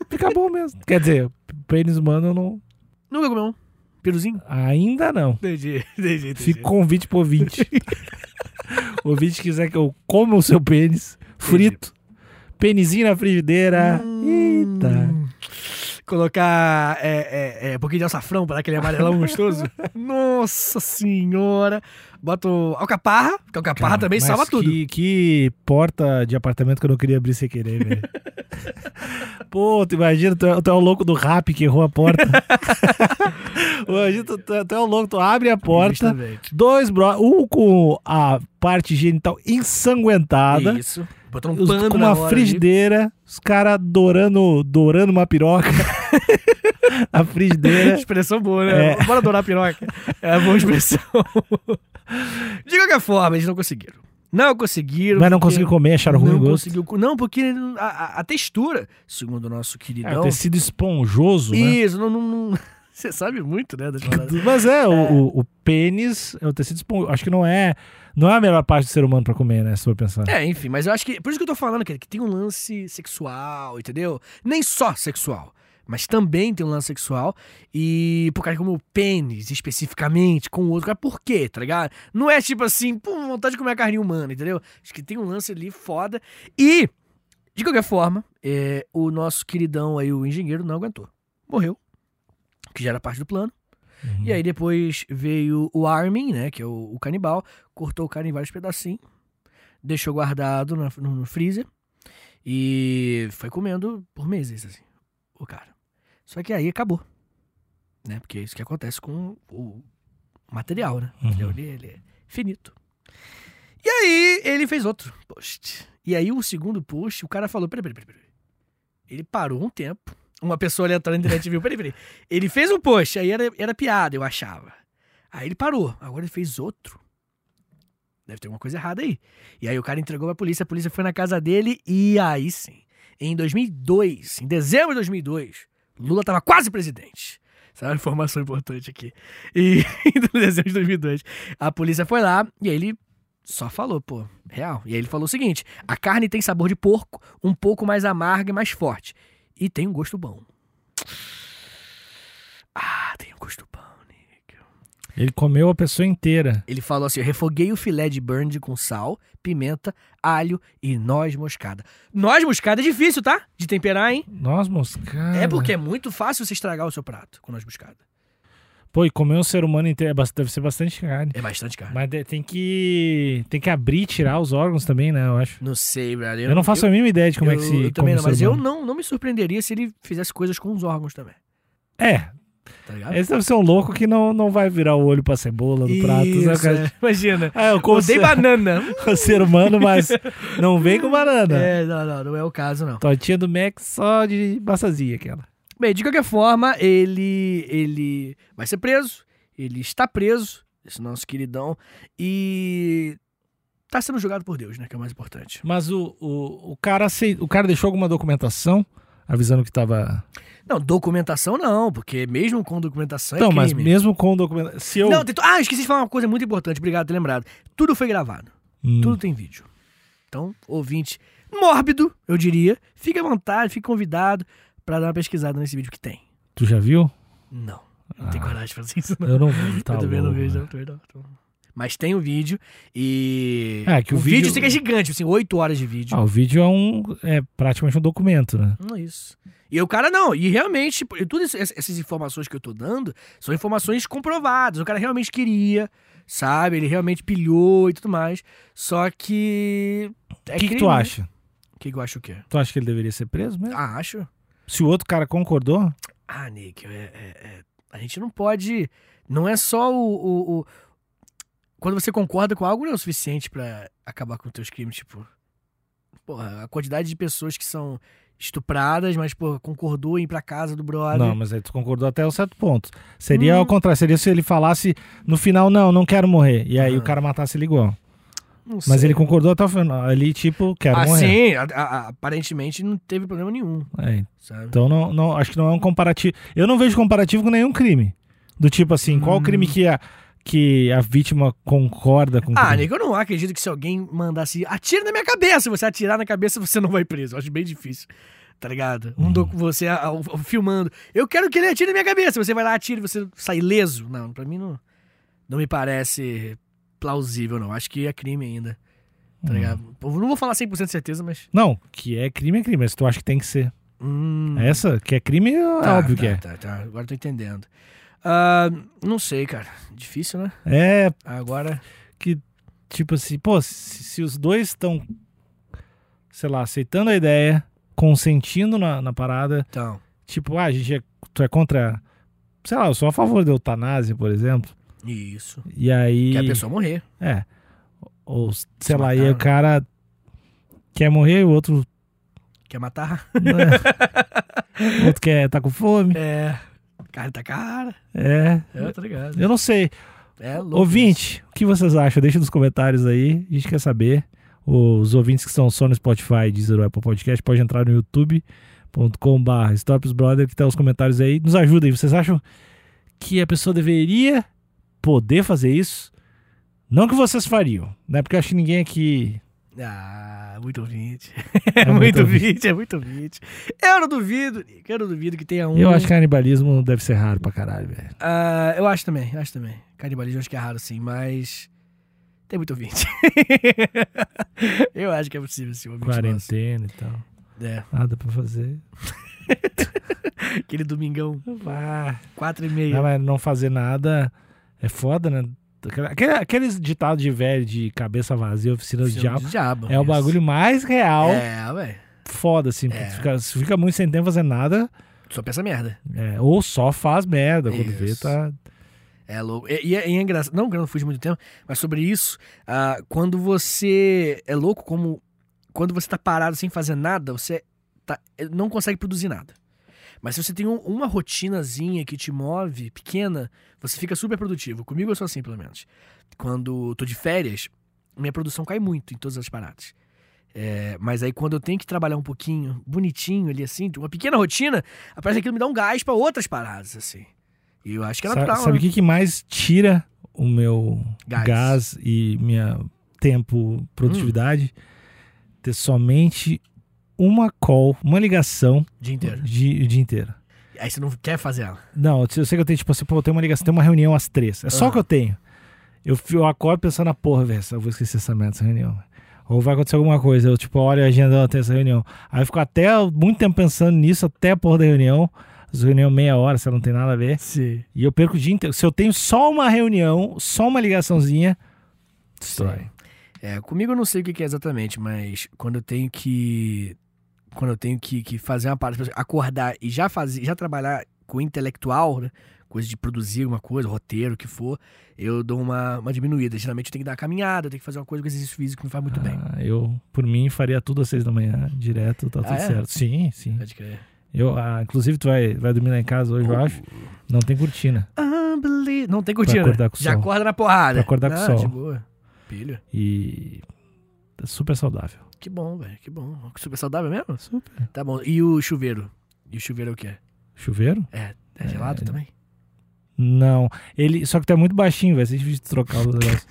S2: Fica bom mesmo. Quer dizer, pênis humano eu não.
S3: Nunca comeu um peruzinho?
S2: Ainda não.
S3: Entendi, entendi, entendi.
S2: Fica convite pro ouvinte. o ouvinte quiser que eu coma o seu pênis frito. Pênisinho na frigideira. Eita.
S3: Hum. Colocar é, é, é, um pouquinho de açafrão pra dar aquele amarelão gostoso. Nossa senhora. Bota o alcaparra, que alcaparra
S2: Cara,
S3: também
S2: mas
S3: salva
S2: que-
S3: tudo.
S2: Que porta de apartamento que eu não queria abrir sem querer, velho. Pô, tu imagina, tu é, tu é o louco do rap que errou a porta. imagina, tu, tu é- tu é o louco, tu abre a porta,
S3: Justamente.
S2: dois bro, um com a parte genital ensanguentada,
S3: Isso. Botou um
S2: os-
S3: pano
S2: com
S3: na
S2: uma
S3: hora
S2: frigideira, os caras dourando, dourando uma piroca. a frigideira.
S3: ali. Expressão boa, né? Bora adorar a piroca. É uma boa expressão. De qualquer forma, eles não conseguiram. Não conseguiram.
S2: Mas não
S3: porque-
S2: conseguiu comer, acharam ruim
S3: um não
S2: o gosto.
S3: conseguiu. Não, porque a, a- a textura, segundo o
S2: É,
S3: nosso
S2: o
S3: queridão.
S2: tecido esponjoso, né?
S3: isso, não, não- não- Você sabe muito, né? Das paradas.
S2: Mas é, o- O, o pênis é o tecido esponjoso. Acho que não é, não é a melhor parte do ser humano pra comer, né? Se for pensar.
S3: É, enfim, mas eu acho que. Por isso que eu tô falando, cara, que tem um lance sexual, entendeu? Nem só sexual, mas também tem um lance sexual. E pro cara comer o pênis especificamente com o outro cara, por quê, tá ligado? Não é tipo assim, pô, vontade de comer a carne humana, entendeu? Acho que tem um lance ali foda. E, de qualquer forma, é, o nosso queridão aí, o engenheiro, não aguentou. Morreu. Que já era parte do plano.
S2: Uhum.
S3: E aí depois veio o Armin, né? Que é o, o canibal. Cortou o cara em vários pedacinhos. Deixou guardado na- no, no freezer. E foi comendo por meses, assim, o cara. Só que aí acabou. Né? Porque é isso que acontece com o material, né?
S2: Uhum.
S3: Ele, ele é finito. E aí ele fez outro post. E aí o segundo post, o cara falou, peraí, peraí, peraí. peraí." Ele parou um tempo. Uma pessoa aleatória na internet viu, peraí, peraí. Ele fez um post, aí era, era piada, eu achava. Aí ele parou, agora ele fez outro. Deve ter alguma coisa errada aí. E aí o cara entregou pra polícia, a polícia foi na casa dele e aí sim. Em 2002, em dezembro de 2002, Lula tava quase presidente. Essa é uma informação importante aqui. E em dezembro de 2002, a polícia foi lá e aí ele só falou, pô, real. E aí ele falou o seguinte: a carne tem sabor de porco, um pouco mais amarga e mais forte. E tem um gosto bom. Ah, tem um gosto bom, Nick.
S2: Ele comeu a pessoa inteira.
S3: Ele falou assim: eu refoguei o filé de burnt com sal, pimenta, alho e noz moscada. Noz moscada é difícil, tá? De temperar, hein?
S2: Nós, moscada.
S3: É porque é muito fácil você estragar o seu prato é com noz moscada.
S2: Pô, e comer um ser humano inteiro é bast- deve ser bastante carne.
S3: É bastante caro.
S2: Mas de- tem que. Tem que abrir e tirar os órgãos também, né? Eu acho.
S3: Não sei, brother.
S2: Eu, não faço a mínima ideia de como é que
S3: eu-
S2: se.
S3: eu também
S2: come
S3: não,
S2: um ser
S3: mas eu
S2: humano.
S3: não, não me surpreenderia se ele fizesse coisas com os órgãos também.
S2: É,
S3: Tá ligado?
S2: esse deve ser um louco que não, não vai virar o olho pra cebola do prato. sabe,
S3: Isso,
S2: cara?
S3: é. Imagina.
S2: Ah, eu como
S3: Mudei
S2: ser,
S3: banana.
S2: ser humano, mas não vem com banana.
S3: É, não, não, não é o caso, não.
S2: Tortinha do Mac só de maçazinha aquela.
S3: Bem, de qualquer forma, ele ele vai ser preso, ele está preso, esse nosso queridão, e tá sendo julgado por Deus, né, que é o mais importante.
S2: Mas o, o, o, cara acei- o cara deixou alguma documentação? avisando que tava.
S3: Não, documentação não, porque mesmo com documentação
S2: então,
S3: é
S2: mas
S3: crime.
S2: mesmo com o documento. Se eu.
S3: Não, tem... Ah, esqueci de falar uma coisa muito importante, obrigado por ter lembrado. Tudo foi gravado,
S2: Hum,
S3: tudo tem vídeo. Então, ouvinte mórbido, eu diria, fique à vontade, fique convidado pra dar uma pesquisada nesse vídeo que tem.
S2: Tu já viu?
S3: Não, não tem coragem de fazer isso não.
S2: Eu não vi. Ah. Tá
S3: eu também não
S2: louco,
S3: vejo,
S2: né?
S3: não, também não. Tô- Mas tem o vídeo e...
S2: É, que o vídeo-
S3: vídeo sei que é gigante, assim, 8 horas de vídeo.
S2: Ah, o vídeo é um. É praticamente um documento, né?
S3: Não é isso. E o cara não, e realmente, tipo, e todas ess- essas informações que eu tô dando são informações comprovadas. O cara realmente queria, sabe? Ele realmente pilhou e tudo mais. Só que.
S2: O
S3: é
S2: que, que
S3: crime,
S2: tu
S3: né?
S2: acha?
S3: O que, que eu acho o quê?
S2: Tu acha que ele deveria ser preso mesmo?
S3: Ah, acho.
S2: Se o outro cara concordou,
S3: Ah, Nick, é- é- é- a gente não pode. Não é só o. o- o- Quando você concorda com algo, não é o suficiente pra acabar com os teus crimes, tipo. Porra, a quantidade de pessoas que são estupradas, mas, porra, concordou em ir pra casa do brother.
S2: Não, mas aí tu concordou até um certo ponto. Seria
S3: Hum.
S2: ao contrário, seria se ele falasse no final, não, não quero morrer. E aí
S3: Ah.
S2: o cara matasse ele igual.
S3: Não
S2: Mas
S3: sei.
S2: ele concordou até o final. Ele, tipo, quero
S3: Ah,
S2: morrer.
S3: sim, a- a- aparentemente não teve problema nenhum,
S2: É,
S3: sabe?
S2: então não, não, acho que não é um comparativo. Eu não vejo comparativo com nenhum crime. Do tipo assim, qual o crime que a, que a vítima concorda com o
S3: Hum. Ah,
S2: crime?
S3: Nico, eu não acredito que se alguém mandasse atira na minha cabeça, se você atirar na cabeça, você não vai preso. Eu acho bem difícil. Tá ligado?
S2: Hum.
S3: Um docu- você ah, o- o- filmando. Eu quero que ele atire na minha cabeça. Você vai lá, atira e você sai leso. Não, pra mim não, não me parece plausível, não. Acho que é crime ainda. Tá
S2: Hum.
S3: ligado? Eu não vou falar 100% de certeza, mas.
S2: Não, que é crime é crime, mas tu acha que tem que ser.
S3: Hum,
S2: Essa, que é crime, é
S3: tá,
S2: óbvio
S3: tá,
S2: que é.
S3: Tá, tá. Agora eu tô entendendo. Ah, não sei, cara. Difícil, né?
S2: É
S3: Agora.
S2: que, tipo assim, pô, se, se os dois estão, sei lá, aceitando a ideia, consentindo na, na parada,
S3: Então.
S2: tipo, ah, a gente é, tu é contra, sei lá, eu sou a favor da eutanásia, por exemplo,
S3: Isso.
S2: e aí...
S3: Que a pessoa morrer.
S2: É, ou, sei
S3: Se
S2: lá, e aí
S3: matar, né?
S2: o cara quer morrer, o outro,
S3: Quer matar?
S2: né, o outro quer tá com fome,
S3: É. Cara tá cara.
S2: é,
S3: É, tá ligado.
S2: eu não sei.
S3: É louco.
S2: Ouvinte, o que vocês acham? Deixa nos comentários aí, a gente quer saber. Os ouvintes que são só no Spotify, Deezer ou Apple Podcast, pode entrar no youtube.com.br Stops Brother, que tá os comentários aí. Nos ajudem, vocês acham que a pessoa deveria poder fazer isso? Não que vocês fariam, né? Porque eu acho que ninguém aqui...
S3: isso. Ah, muito ouvinte.
S2: É
S3: É muito
S2: muito ouvinte.
S3: ouvinte, é muito ouvinte. Eu não duvido, Nick. Eu não duvido que tenha um.
S2: Eu acho que canibalismo deve ser raro pra caralho, velho.
S3: Ah, eu acho também, eu acho também. Canibalismo eu acho que é raro, sim, mas. Tem muito ouvinte. eu acho que é possível, sim, um ouvinte nosso.
S2: Quarentena e tal.
S3: É.
S2: assim. Nada pra fazer.
S3: Aquele domingão,
S2: Vá.
S3: quatro e meia.
S2: Não, mas não fazer nada é foda, né? Aquele- Aqueles ditados de velho de cabeça vazia, oficina do
S3: Filme
S2: diabo,
S3: do diabo.
S2: é o
S3: isso.
S2: bagulho mais real,
S3: É, ué.
S2: foda, assim. porque
S3: É.
S2: tu fica, se fica muito sem tempo fazendo nada,
S3: Só pensa merda.
S2: é, ou só faz merda, quando vê,
S3: Isso.
S2: tá.
S3: É louco. E, e é, e é engraçado. Não, que eu não fui de muito tempo, mas sobre isso, ah, quando você. É louco como. Quando você tá parado sem fazer nada, você tá- não consegue produzir nada. Mas se você tem um- uma rotinazinha que te move, pequena, você fica super produtivo. Comigo eu sou assim, pelo menos. Quando eu tô de férias, minha produção cai muito em todas as paradas. É, mas aí quando eu tenho que trabalhar um pouquinho, bonitinho ali assim, uma pequena rotina, parece que aquilo me dá um gás pra outras paradas, assim. E eu acho que é
S2: Sa-
S3: natural,
S2: sabe
S3: né?
S2: o que, que mais tira o meu
S3: Gás.
S2: gás, e minha tempo, produtividade?
S3: Hum.
S2: Ter somente uma call, uma ligação
S3: O dia inteiro.
S2: de, o dia inteiro.
S3: Aí você não quer fazer ela.
S2: Não, eu sei que eu tenho, tipo assim, pô, eu tenho uma ligação, tem uma reunião às três. É só
S3: Aham.
S2: que eu tenho. Eu, fi- eu acordo pensando, ah, porra, velho, eu vou esquecer essa merda, essa reunião. Ou vai acontecer alguma coisa. Eu, tipo, olho a agenda até essa reunião. Aí eu fico até muito tempo pensando nisso, até a porra da reunião. As reunião é meia hora, se ela não tem nada a ver.
S3: Sim.
S2: E eu perco o dia inteiro. Se eu tenho só uma reunião, só uma ligaçãozinha, destrói.
S3: É, comigo eu não sei o que que é exatamente, mas quando eu tenho que. Quando eu tenho que, que fazer uma parada, tipo assim, acordar e já fazer, já trabalhar com o intelectual, né? Coisa de produzir alguma coisa, roteiro, o que for, eu dou uma, uma diminuída. Geralmente eu tenho que dar uma caminhada, eu tenho que fazer uma coisa com exercício físico que me faz muito bem.
S2: Ah, eu, por mim, faria tudo às seis da manhã, direto, tá tudo
S3: Ah, é?
S2: certo. Sim, sim.
S3: Pode crer.
S2: Eu, ah, inclusive, tu vai, vai dormir lá em casa hoje, eu acho. Não tem cortina.
S3: Unbelie- Não tem cortina. né?
S2: Pra acordar com o
S3: Já
S2: sol.
S3: acorda na porrada.
S2: Pra acordar com o
S3: Ah,
S2: sol.
S3: De boa. Pilha.
S2: E é super saudável.
S3: Que bom, velho. Que bom. Super saudável mesmo?
S2: Super.
S3: Tá bom. E o chuveiro? E o chuveiro é o quê?
S2: Chuveiro?
S3: É, é gelado também?
S2: Não. Ele, só que tá muito baixinho, velho. É difícil de trocar o negócio.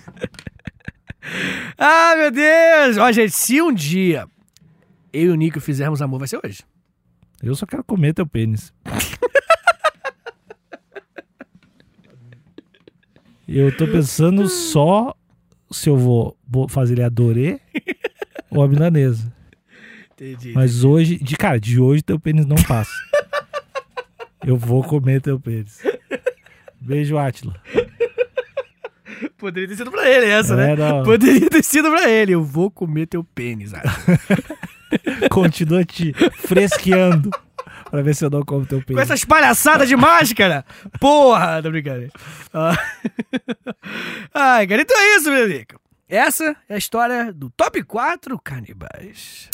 S3: Ah, meu Deus! Ó, gente, se um dia eu e o Nico fizermos amor, vai ser hoje.
S2: Eu só quero comer teu pênis. Eu tô pensando só se eu vou vou fazer ele adorê ou a milanesa.
S3: Entendi.
S2: Mas hoje, de cara, de hoje teu pênis não passa. Eu vou comer teu pênis. Beijo, Átila.
S3: Poderia ter sido pra ele essa,
S2: É,
S3: né?
S2: não.
S3: Poderia ter sido pra ele. Eu vou comer teu pênis, Átila.
S2: Continua te fresqueando pra ver se eu não como teu
S3: Com
S2: pênis.
S3: essas palhaçadas de máscara? Porra, tô brincando. Ah. Ai, cara, então é isso, meu amigo. Essa é a história do Top 4 Canibais.